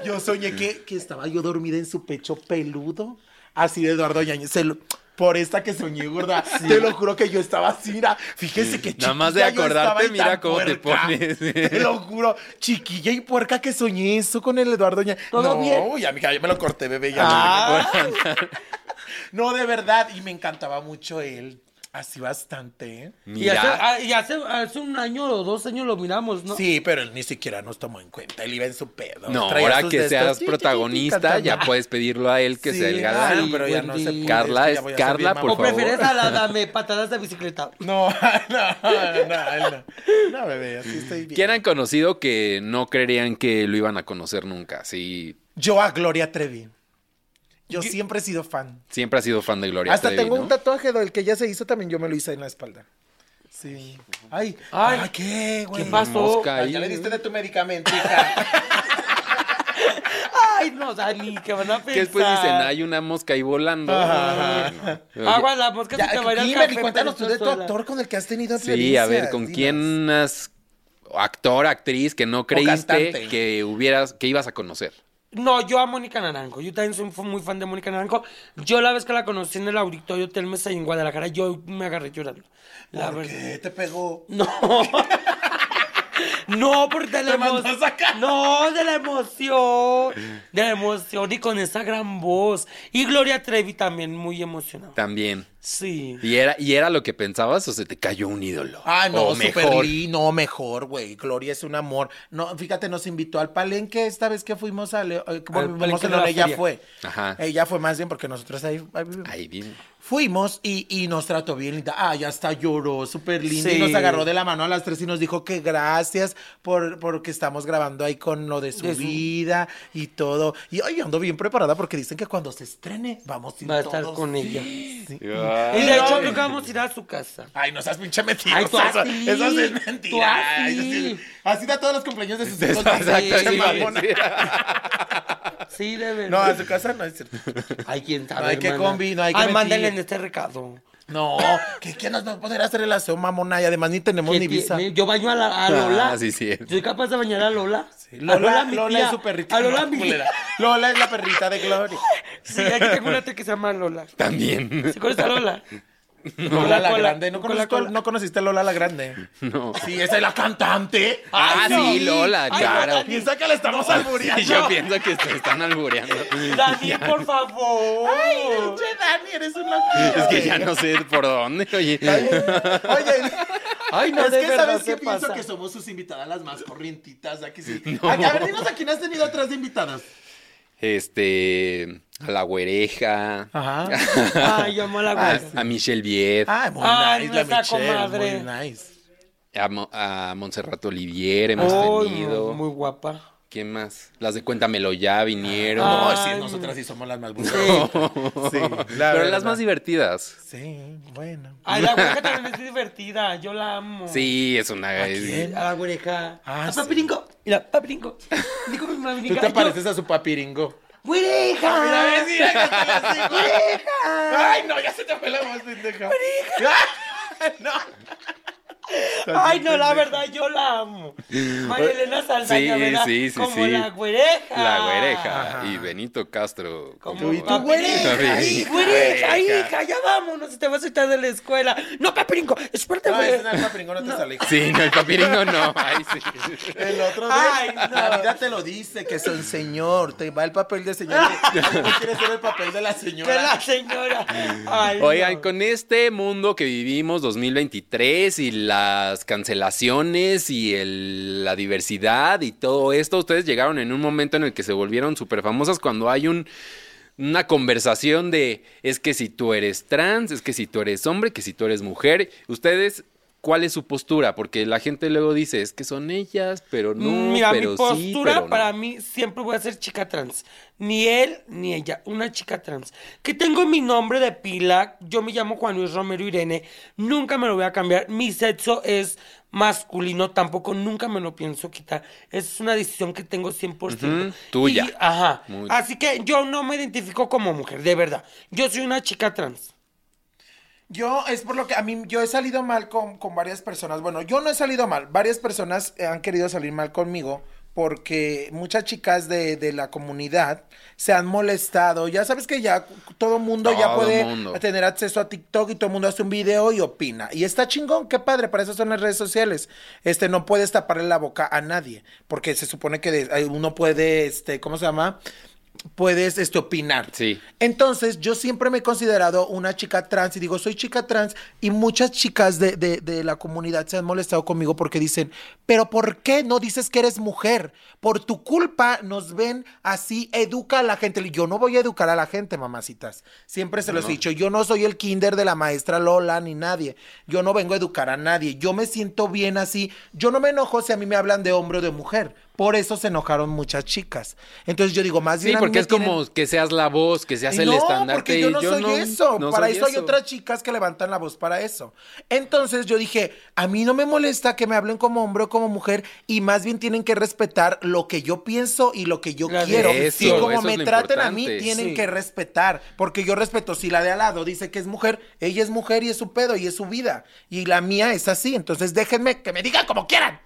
B: yo soñé que, que estaba yo dormida en su pecho peludo, así de Eduardo Yañez. Se lo- por esta que soñé, gorda. Te lo juro que yo estaba así, mira. Fíjese que
A: Nada más de
B: chiquilla yo estaba
A: acordarte,
B: y
A: mira
B: tan
A: cómo te
B: puerca.
A: pones.
B: Te lo juro, chiquilla y puerca que soñé eso con el Eduardo Yañez.
C: ¿Todo
B: no,
C: bien?
B: ya, mija, yo me lo corté, bebé. Ya,
C: Ah,
B: no, de verdad, y me encantaba mucho él. Así bastante, ¿eh?
C: Y
A: Mira,
C: hace, ah, y hace, hace un año o dos años lo miramos, ¿no?
B: Sí, pero él ni siquiera nos tomó en cuenta. Él iba en su pedo.
A: no,
B: Traía
A: ahora
B: sus
A: que
B: de
A: seas
B: estos, ti, ti, ti,
A: protagonista,
B: cantando.
A: ya puedes pedirlo a él que
B: Sí,
A: sea el
B: claro,
A: galán.
B: pero ya no se
A: Wendy.
B: puede, es
A: Carla
B: que
A: es
B: ya voy a ser
A: Carla,
B: bien
A: por
C: o
B: mamá.
A: favor.
C: prefieres a la dame patadas de bicicleta.
B: No, no, no, no, no, bebé, así estoy bien.
A: ¿Quién han conocido que no creerían que lo iban a conocer nunca? Sí,
B: Yo a Gloria Trevi. Yo siempre he sido fan.
A: siempre ha sido fan de Gloria
B: Hasta
A: Trevi,
B: tengo
A: ¿no?
B: un tatuaje del que ya se hizo también, yo me lo hice en la espalda. Sí. Ay,
C: Ay.
B: ay, ¿qué, güey?
C: ¿Qué pasó?
A: mosca.
B: Ay, ya le diste de tu medicamento, hija.
C: Ay, no, Dani, que van a pensar.
A: Que después dicen, hay una mosca ahí volando.
B: Ajá.
A: Bueno.
C: Agua la mosca se
B: Ya,
C: te va a ir al
B: Kimberly,
C: café,
B: cuéntanos tú
C: pero
B: de tu
C: sola.
B: actor con el que has tenido
A: Sí, a ver,
B: experiencias,
A: ¿con
B: dinos.
A: quién has actor, actriz que no creíste
B: cantante.
A: que hubieras, que ibas a conocer?
C: No, yo a Mónica Naranjo. Yo también soy muy fan de Mónica Naranjo. Yo la vez que la conocí en el auditorio Telmex ahí en Guadalajara, yo me agarré llorando. La
B: ¿Por
C: verdad.
B: qué te pegó?
C: No. No, porque de la
B: Te mandó
C: emoción.
B: a sacar.
C: No, de la emoción. De la emoción y con esa gran voz. Y Gloria Trevi también muy emocionada.
A: También.
C: Sí.
A: ¿Y era, ¿Y era lo que pensabas o se te cayó un ídolo?
B: Ah, no,
A: O
B: super Lee, no, mejor, güey. Gloria es un amor. No, fíjate, nos invitó al palenque esta vez que fuimos a León.
C: palenque de la
B: ella
C: feria.
B: fue.
A: Ajá.
B: Ella fue más bien porque nosotros ahí, ahí vivimos.
A: Ahí bien.
B: Fuimos y, y nos trató bien linda. Ah, ya está, lloró, súper linda.
C: Sí.
B: Y nos agarró de la mano a las tres y nos dijo que gracias por porque estamos grabando ahí con lo de su
C: De su-
B: vida y todo. Y hoy ando bien preparada porque dicen que cuando se estrene vamos a ir
C: Va a estar
B: todos.
C: con ella.
A: Ay,
C: Y de hecho
B: Ay.
C: creo que vamos a ir a su casa.
B: Ay, no seas pinche mentirosa.
C: Ay, tú
B: eso,
C: así,
B: eso sí es
C: tú
B: mentira.
C: así.
B: Ay, así da todos los cumpleaños de sus hijos.
A: Exacto,
B: Pinche
A: sí,
B: mamona.
A: sí.
C: Sí, de
B: No,
C: verdad.
B: a su casa no es cierto.
C: Ay, quién sabe.
B: No hay que
C: hermana.
B: combi, no hay que
C: Ay,
B: mentir.
C: mándenle en este recado.
B: No, que quién nos va a poder hacer el aseo, mamona. Y además ni tenemos
C: Que
B: ni visa.
C: tiene- Yo baño a, la- a Lola.
A: Ah, sí, cierto.
C: Soy capaz de bañar a Lola. A
B: Lola, Lola,
C: mi
B: es
C: tía.
B: su perrita.
C: A Lola,
B: no,
C: mi
B: culera. Lola es la perrita de Gloria.
C: Sí, aquí tengo una tía que se llama Lola.
A: También.
C: ¿Sí conoces a Lola?
B: Lola la
C: Cola,
B: Grande. ¿No,
C: Cola,
B: conoces-
C: Cola.
B: no conociste a Lola la Grande?
A: No.
B: Sí, esa es la cantante.
A: Ah,
C: no.
A: sí, Lola,
C: Ay, no,
A: claro.
C: Dani.
B: Piensa que la estamos albureando.
A: Sí, yo pienso que se están albureando.
C: Dani, por favor.
B: Ay, che, Dani, eres un loco.
A: Es que ya no sé por dónde, oye.
B: Oye,
C: Ay, no,
B: es
C: de
B: que
C: verdad,
B: sabes
C: ¿qué
B: que pienso
C: pasa?
B: que somos sus invitadas las más corrientitas. Aquí sí. Aquí, a ver, dinos a quién has tenido atrás de invitadas.
A: Este, a la güereja, a,
B: Ajá.
C: Ay, yo amo a la güera.
A: Ah, a Michelle Viet,
B: Ah, muy
C: Ay,
B: nice, la
C: nuestra
B: Michelle,
C: comadre.
B: muy nice.
A: a, Mo- a Montserrat Olivier hemos
C: Ay,
A: tenido.
C: muy, muy guapa.
A: ¿Quién más? Las de Cuéntamelo ya vinieron.
B: No,
C: Ah, Ay.
B: sí, nosotras sí somos las más
C: Sí.
B: burlas. Sí, la
A: Pero
B: verdad.
A: las más divertidas.
B: Sí, bueno.
C: Ay, la güereja también es divertida. Yo la amo.
A: Sí, es una.
C: A
B: quién?
C: la güereja.
B: Ah,
C: a
B: sí.
C: papiringo. Mira, papiringo. Digo mi mamá.
B: Tú te pareces a su papiringo.
C: ¡Güereja!
B: Mira, mira, mira,
C: ¡Güereja!
B: Ay, no, ya se te fue la voz, pendeja. Ah, No.
C: Ay, no, la verdad, yo la amo. María Elena Saldaña,
A: Pues, Sí,
C: ¿verdad?
A: sí, sí,
C: Como
A: sí.
C: la güereja.
A: La güereja y Benito Castro.
C: Como
B: Ah. Tú y tu
C: papi-
B: güereja,
C: Ay,
A: hija,
C: güereja, hija, ya vámonos, te vas a quitar de la escuela. No, papiringo, espérate,
B: No,
C: güey.
B: ese no, el papiringo no te sale. hijo.
A: Sí, no, el papiringo no. Ay, sí.
B: El otro
C: Ay,
B: día,
C: no.
B: la vida te lo dice, que son señor, te va el papel de señor. y Tú quieres ser el papel de la
C: Que la
B: señora.
C: señora. Ay,
A: Oigan,
C: no.
A: con este mundo que vivimos 2023 y las cancelaciones y el- la diversidad y todo esto, ustedes llegaron en un momento en el que se volvieron súper famosas cuando hay un- una conversación de es que si tú eres trans, es que si tú eres hombre, que si tú eres mujer, ustedes... ¿Cuál es su postura? Porque la gente luego dice, es que son ellas, pero no,
C: Mm,
B: Mm,
C: Mira,
A: pero
C: mi
A: sí,
C: postura
A: pero no".
C: para mí siempre voy a ser chica trans. Ni él ni ella, una chica trans. Que tengo mi nombre de pila, yo me llamo Juan Luis Romero Irene, nunca me lo voy a cambiar. Mi sexo es masculino, tampoco nunca me lo pienso quitar. Es una decisión que tengo 100%.
A: Ujú, tuya.
C: Y- ajá.
A: Muy-
C: Así que yo no me identifico como mujer, de verdad. Yo soy una chica trans.
B: Yo, es por lo que a mí, yo he salido mal con, con varias personas. Bueno, yo no he salido mal. Varias personas eh, han querido salir mal conmigo porque muchas chicas de, de la comunidad se han molestado. Ya sabes que ya todo mundo ya
A: Todo
B: puede
A: mundo.
B: tener acceso a TikTok y todo el mundo hace un video y opina. Y está chingón, qué padre, para eso son las redes sociales. Este, no puedes taparle la boca a nadie porque se supone que de- ay, uno puede, este, ¿cómo se llama? puedes este, opinar.
A: Sí.
B: Entonces, yo siempre me he considerado una chica trans y digo, soy chica trans y muchas chicas de, de- de la comunidad se han molestado conmigo porque dicen, pero ¿por qué no dices que eres mujer? Por tu culpa nos ven así, educa a la gente. Le digo, Yo no voy a educar a la gente, mamacitas. Siempre se los he dicho, yo no soy el kinder de la maestra Lola ni nadie. Yo no vengo a educar a nadie. Yo me siento bien así. Yo no me enojo si a mí me hablan de hombre o de mujer. Por eso se enojaron muchas chicas. Entonces yo digo, más
A: Sí,
B: bien a mí
A: porque
B: me
A: es
B: tienen-
A: como que seas la voz, que seas el
B: no,
A: estandarte.
B: porque yo
A: y
B: no soy eso.
A: no
B: para
A: soy
B: eso, hay otras chicas que levantan la voz para eso. Entonces yo dije, a mí no me molesta que me hablen como hombre o como mujer y más bien tienen que respetar lo que yo pienso y lo que yo
C: Claro.
B: quiero.
A: Eso,
B: y
A: eso
B: como
A: es
B: me
A: lo
B: traten a mí,
A: importante.
B: tienen
C: Sí.
B: que respetar. Porque yo respeto, si la de al lado dice que es mujer, ella es mujer y es su pedo y es su vida. Y la mía es así. Entonces déjenme que me digan como quieran.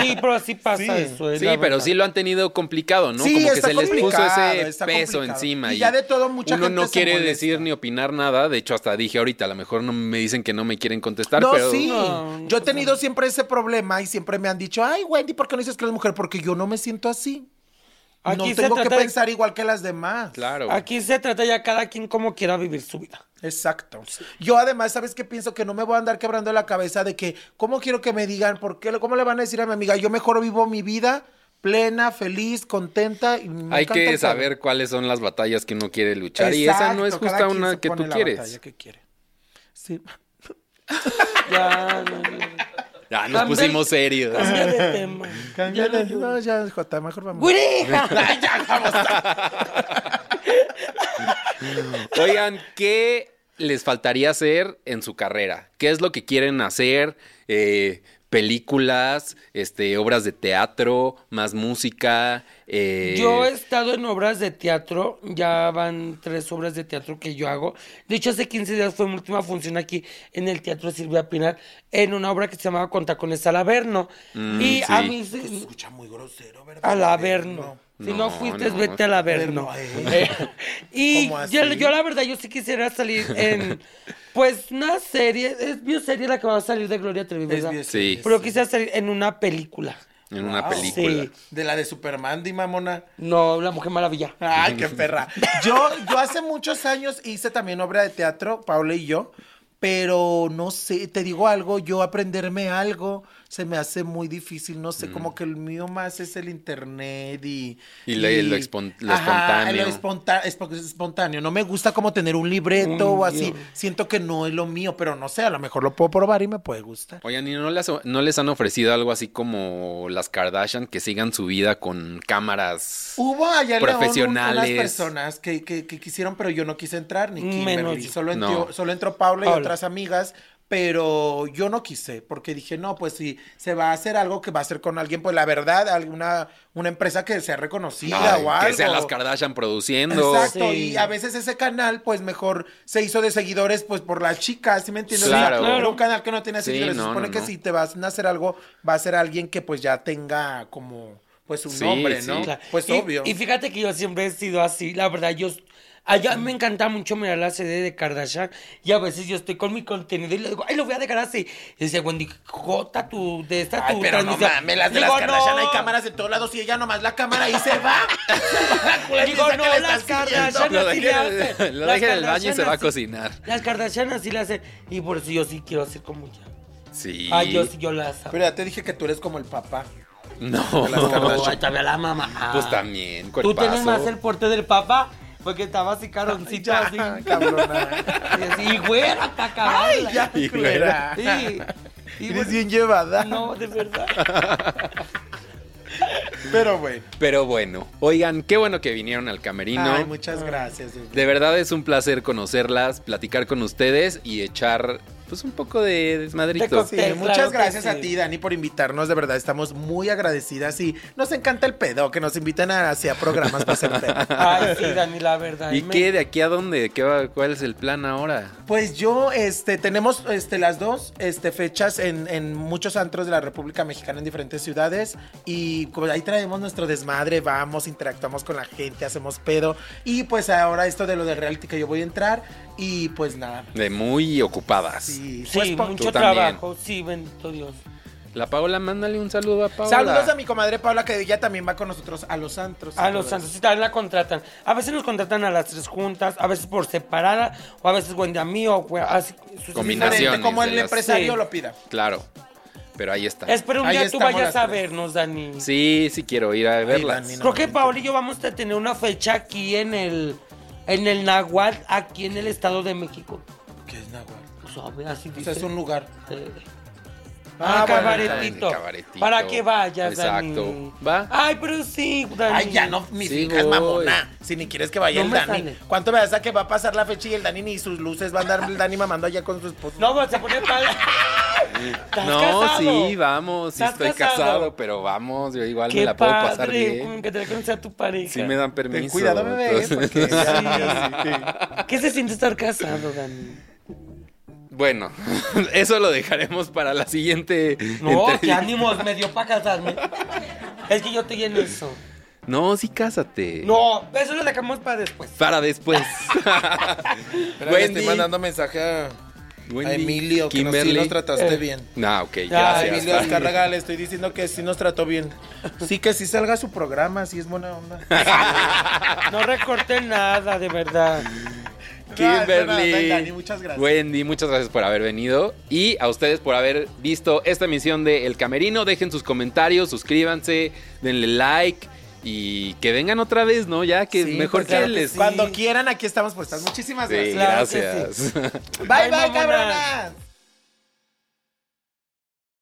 C: Sí, pero sí pasa
B: Sí.
C: eso. es
A: Sí,
C: Pues, la
A: pero
C: verdad.
A: sí lo han tenido complicado, ¿no?
B: Sí,
A: Como que
B: está
A: se les puso
B: complicado,
A: ese
B: está
A: peso
B: complicado.
A: encima.
B: Y ya de todo mucha
A: Uno
B: gente
A: no
B: se
A: quiere
B: molesta.
A: decir ni opinar nada. De hecho, hasta dije ahorita, a lo mejor no me dicen que no me quieren contestar,
B: No,
A: pero.
B: sí.
C: No,
B: yo he tenido siempre ese problema y siempre me han dicho, ay, Wendy, ¿por qué no dices que eres mujer? Porque yo no me siento así.
C: Aquí
B: no
C: se
B: tengo que
C: trata de-
B: pensar igual que las demás.
A: Claro.
C: Aquí se trata ya cada quien como quiera vivir su vida.
B: Exacto. Yo además, ¿sabes qué pienso? Que no me voy a andar quebrando la cabeza de que, ¿cómo quiero que me digan? ¿Por qué? ¿Cómo le van a decir a mi amiga? Yo mejor vivo mi vida plena, feliz, contenta. Y me
A: Hay
B: encanta
A: que
B: el pedo.
A: saber cuáles son las batallas que uno quiere luchar. y esa no es
B: Exacto,
A: justa
B: cada quien
A: una
B: se
A: que
B: pone
A: tú
B: la
A: quieres.
B: batalla que quiere. Sí.
C: Ya, no, ya.
A: Ya Ah, nos
C: Cambia-
A: pusimos serios.
C: Cambia de tema.
B: Ya no, no, ya, Jota, mejor vamos.
C: ¡Güire!
A: Oigan, ¿qué les faltaría hacer en su carrera? ¿Qué es lo que quieren hacer? Eh, películas, este, obras de teatro, más música. eh,
C: Yo he estado en obras de teatro, ya van tres obras de teatro que yo hago. De hecho, hace 15 días fue mi última función aquí en el Teatro Silvia Pinar, en una obra que se llamaba Contacones al Averno.
A: Mm,
C: y a
A: sí.
C: mí, se-
B: Escucha muy grosero, ¿verdad?
C: al Averno. Si no,
A: No,
C: fuiste,
A: no,
C: vete al Averno.
B: Averno,
C: Eh, y
B: ¿Cómo
C: yo,
B: así?
C: yo la verdad, yo sí quisiera salir en, pues, una serie, es bioserie la que va a salir de Gloria Trevi,
B: Es
C: ¿verdad?
B: bien-
A: Sí.
C: Pero quisiera salir en una película.
A: En una
B: Wow.
A: película.
C: Sí.
B: De la de Superman, di mamona.
C: No, La Mujer Maravilla.
B: Ay, qué perra. Yo, yo hace muchos años hice también obra de teatro, Paula y yo, pero no sé, te digo algo, yo aprenderme algo se me hace muy difícil, no sé, como que el mío más es el internet y...
A: Mm. Y lo- lo expon- lo
B: Ajá,
A: espontáneo.
B: lo esponta- espo- espontáneo. No me gusta como tener un libreto
C: Mm,
B: o así.
C: Dios.
B: Siento que no es lo mío, pero no sé, a lo mejor lo puedo probar y me puede gustar.
A: Oigan, ¿y no les, no les han ofrecido algo así como las Kardashian que sigan su vida con cámaras?
B: Hubo allá en León un- unas
A: Profesionales.
B: personas que, que- que quisieron, pero yo no quise entrar, ni Kimberly.
C: Menos yo.
B: Solo,
A: No.
B: entró, solo entró Paula y
C: Paula.
B: otras amigas, pero yo no quise, porque dije, no, pues si se va a hacer algo que va a hacer con alguien, pues la verdad, alguna una empresa que sea reconocida
A: Ay,
B: o algo.
A: que sean las Kardashian produciendo.
B: Exacto,
C: Sí.
B: y a veces ese canal, pues mejor se hizo de seguidores, pues por las chicas, ¿sí me entiendes?
A: Claro.
B: O sea, Era un canal que no tenía
A: Sí,
B: seguidores.
A: no,
B: se supone
A: no,
B: que
A: no.
B: si te vas a hacer algo, va a ser alguien que pues ya tenga como, pues un
A: Sí,
B: nombre,
A: sí.
B: ¿no?
A: Claro.
B: Pues
C: y,
B: obvio.
C: Y fíjate que yo siempre he sido así, la verdad, yo... Allá me encanta mucho mirar la serie de Kardashian y a veces yo estoy con mi contenido y le digo, ay, lo voy a dejar así. Y dice, Wendy, jota tu, de esta
B: Ay,
C: tu
B: pero no
C: transmisión".
B: mames, las de
C: Digo,
B: las Kardashian
C: "No".
B: hay cámaras de todos lados y ella nomás la cámara y se va.
C: Digo,
B: piensa
C: no,
B: que le
C: las
B: están
C: Kardashian
A: Lo
C: así le
A: deja-
C: hacen.
A: lo
C: Las
A: deja en el baño y se va a
C: Kardashian así-
A: cocinar.
C: Las Kardashian así le hacen. Y por eso yo sí quiero hacer como ella.
A: Sí.
C: Ay, yo sí, yo las amo.
B: Pero ya te dije que tú eres como el papá.
A: No.
B: las Kardashian.
C: Ay, todavía la mamá.
A: Pues también,
C: Tú
A: cuerpazo.
C: tienes más el porte del papá porque estaba así caroncito
B: Ya,
C: así.
B: Ah, cabrona.
C: Y así, Y güera, caca.
B: Ay, ya,
A: Y
B: culera.
C: Sí. Y
B: Eres
C: bueno,
B: bien llevada.
C: No, de verdad.
B: Pero bueno.
A: Pero bueno, oigan, qué bueno que vinieron al camerino.
B: Ay, muchas gracias.
A: De verdad es un placer conocerlas, platicar con ustedes y echar pues un poco de
C: De
A: desmadrito.
C: cosas.
B: Sí,
C: Claro
B: muchas
C: que
B: gracias
C: sí.
B: a ti, Dani, por invitarnos. De verdad, estamos muy agradecidas y nos encanta el pedo, que nos invitan a, hacia programas para hacer pedo.
C: Ay, sí, Dani, la verdad.
A: ¿Y
C: me-
A: qué? ¿De aquí a dónde? ¿Qué va- ¿Cuál es el plan ahora?
B: Pues yo, este, tenemos este, las dos este, fechas en, en muchos antros de la República Mexicana en diferentes ciudades. Y pues, ahí traemos nuestro desmadre, vamos, interactuamos con la gente, hacemos pedo. Y pues ahora esto de lo de reality que yo voy a entrar. Y pues nada.
A: De muy ocupadas.
B: Sí,
C: Sí,
B: pues, po-
C: mucho
A: tú también.
C: trabajo. Sí, bendito Dios.
A: La Paola, mándale un saludo a Paola.
B: Saludos a mi comadre Paula, que ella también va con nosotros a los antros.
C: A los santos, sí, también la contratan. A veces nos contratan a las tres juntas, a veces por separada, o a veces Wendy a mí, o ah, we- así, sucesivamente.
A: Combinación.
B: Diferente, como
A: de
B: el
A: las-
B: empresario
C: Sí.
B: lo pida.
A: Claro. Pero ahí está.
C: Espero un
B: Ahí
C: día tú
B: estamos
C: vayas
B: las
C: a
B: tres.
C: vernos, Dani.
A: Sí, sí quiero ir a verla.
B: Dani, no.
C: Creo que Paola y yo vamos a tener una fecha aquí en el, en el Nahuatl, aquí en el Estado de México.
B: ¿Qué es Nahual?
C: O sea, a ver, Pues, ah, así
B: O sea,
C: dice.
B: es un lugar.
C: Eh,
B: Ah,
C: Ah,
B: bueno,
C: cabaretito.
A: el cabaretito.
C: Para que vayas, Dani.
A: Exacto. Va.
C: Ay, pero sí, Dani.
B: Ay, ya no, mis
A: Sí,
B: hijas,
A: voy.
B: mamona. Si ni quieres que vaya
C: No
B: el
C: me
B: Dani.
C: sale.
B: ¿Cuánto me das a que va a pasar la fecha y el Dani ni sus luces va a andar el Dani mamando allá con su esposo?
C: No, pues, se pone padre. ¿Estás
A: No,
C: casado?
A: sí, vamos. Sí
C: ¿Estás
A: estoy casado?
C: casado?
A: pero vamos. Yo igual
C: Qué
A: me la puedo
C: padre,
A: pasar bien.
C: como que te conocer a tu pareja.
A: Sí me dan permiso.
B: Ten cuidado, bebé.
A: entonces-
B: porque ya-
C: ¿Qué se siente estar casado, Dani?
A: Bueno, eso lo dejaremos para la siguiente.
C: No, qué
A: entrevista.
C: ánimos me dio para casarme. Es que yo estoy en eso.
A: No, sí, cásate.
C: No, eso lo dejamos para después.
A: Para después.
B: Espera, le estoy mandando mensaje a, a Emilio, que no, sí
A: Kimberly.
B: lo trataste
C: Eh.
B: bien.
A: Ah, ok,
B: A
A: gracias.
B: Emilio Azcárraga le estoy diciendo que sí nos trató bien. Sí, que sí salga su programa, sí es buena onda.
C: No recorté nada, de verdad.
A: Kimberly.
B: No, no, no, Dani, muchas gracias.
A: Wendy, muchas gracias por haber venido. Y a ustedes por haber visto esta emisión de El Camerino. Dejen sus comentarios, suscríbanse, denle like. Y que vengan otra vez, ¿no? Ya que
C: Sí,
A: mejor
C: pues, claro
A: que
C: que
A: les.
C: sí.
B: Cuando quieran, aquí estamos puestas. Muchísimas
A: Sí,
B: gracias.
C: Claro que
A: gracias.
B: Bye,
C: Bye,
B: bye,
C: mamonas.
B: cabronas.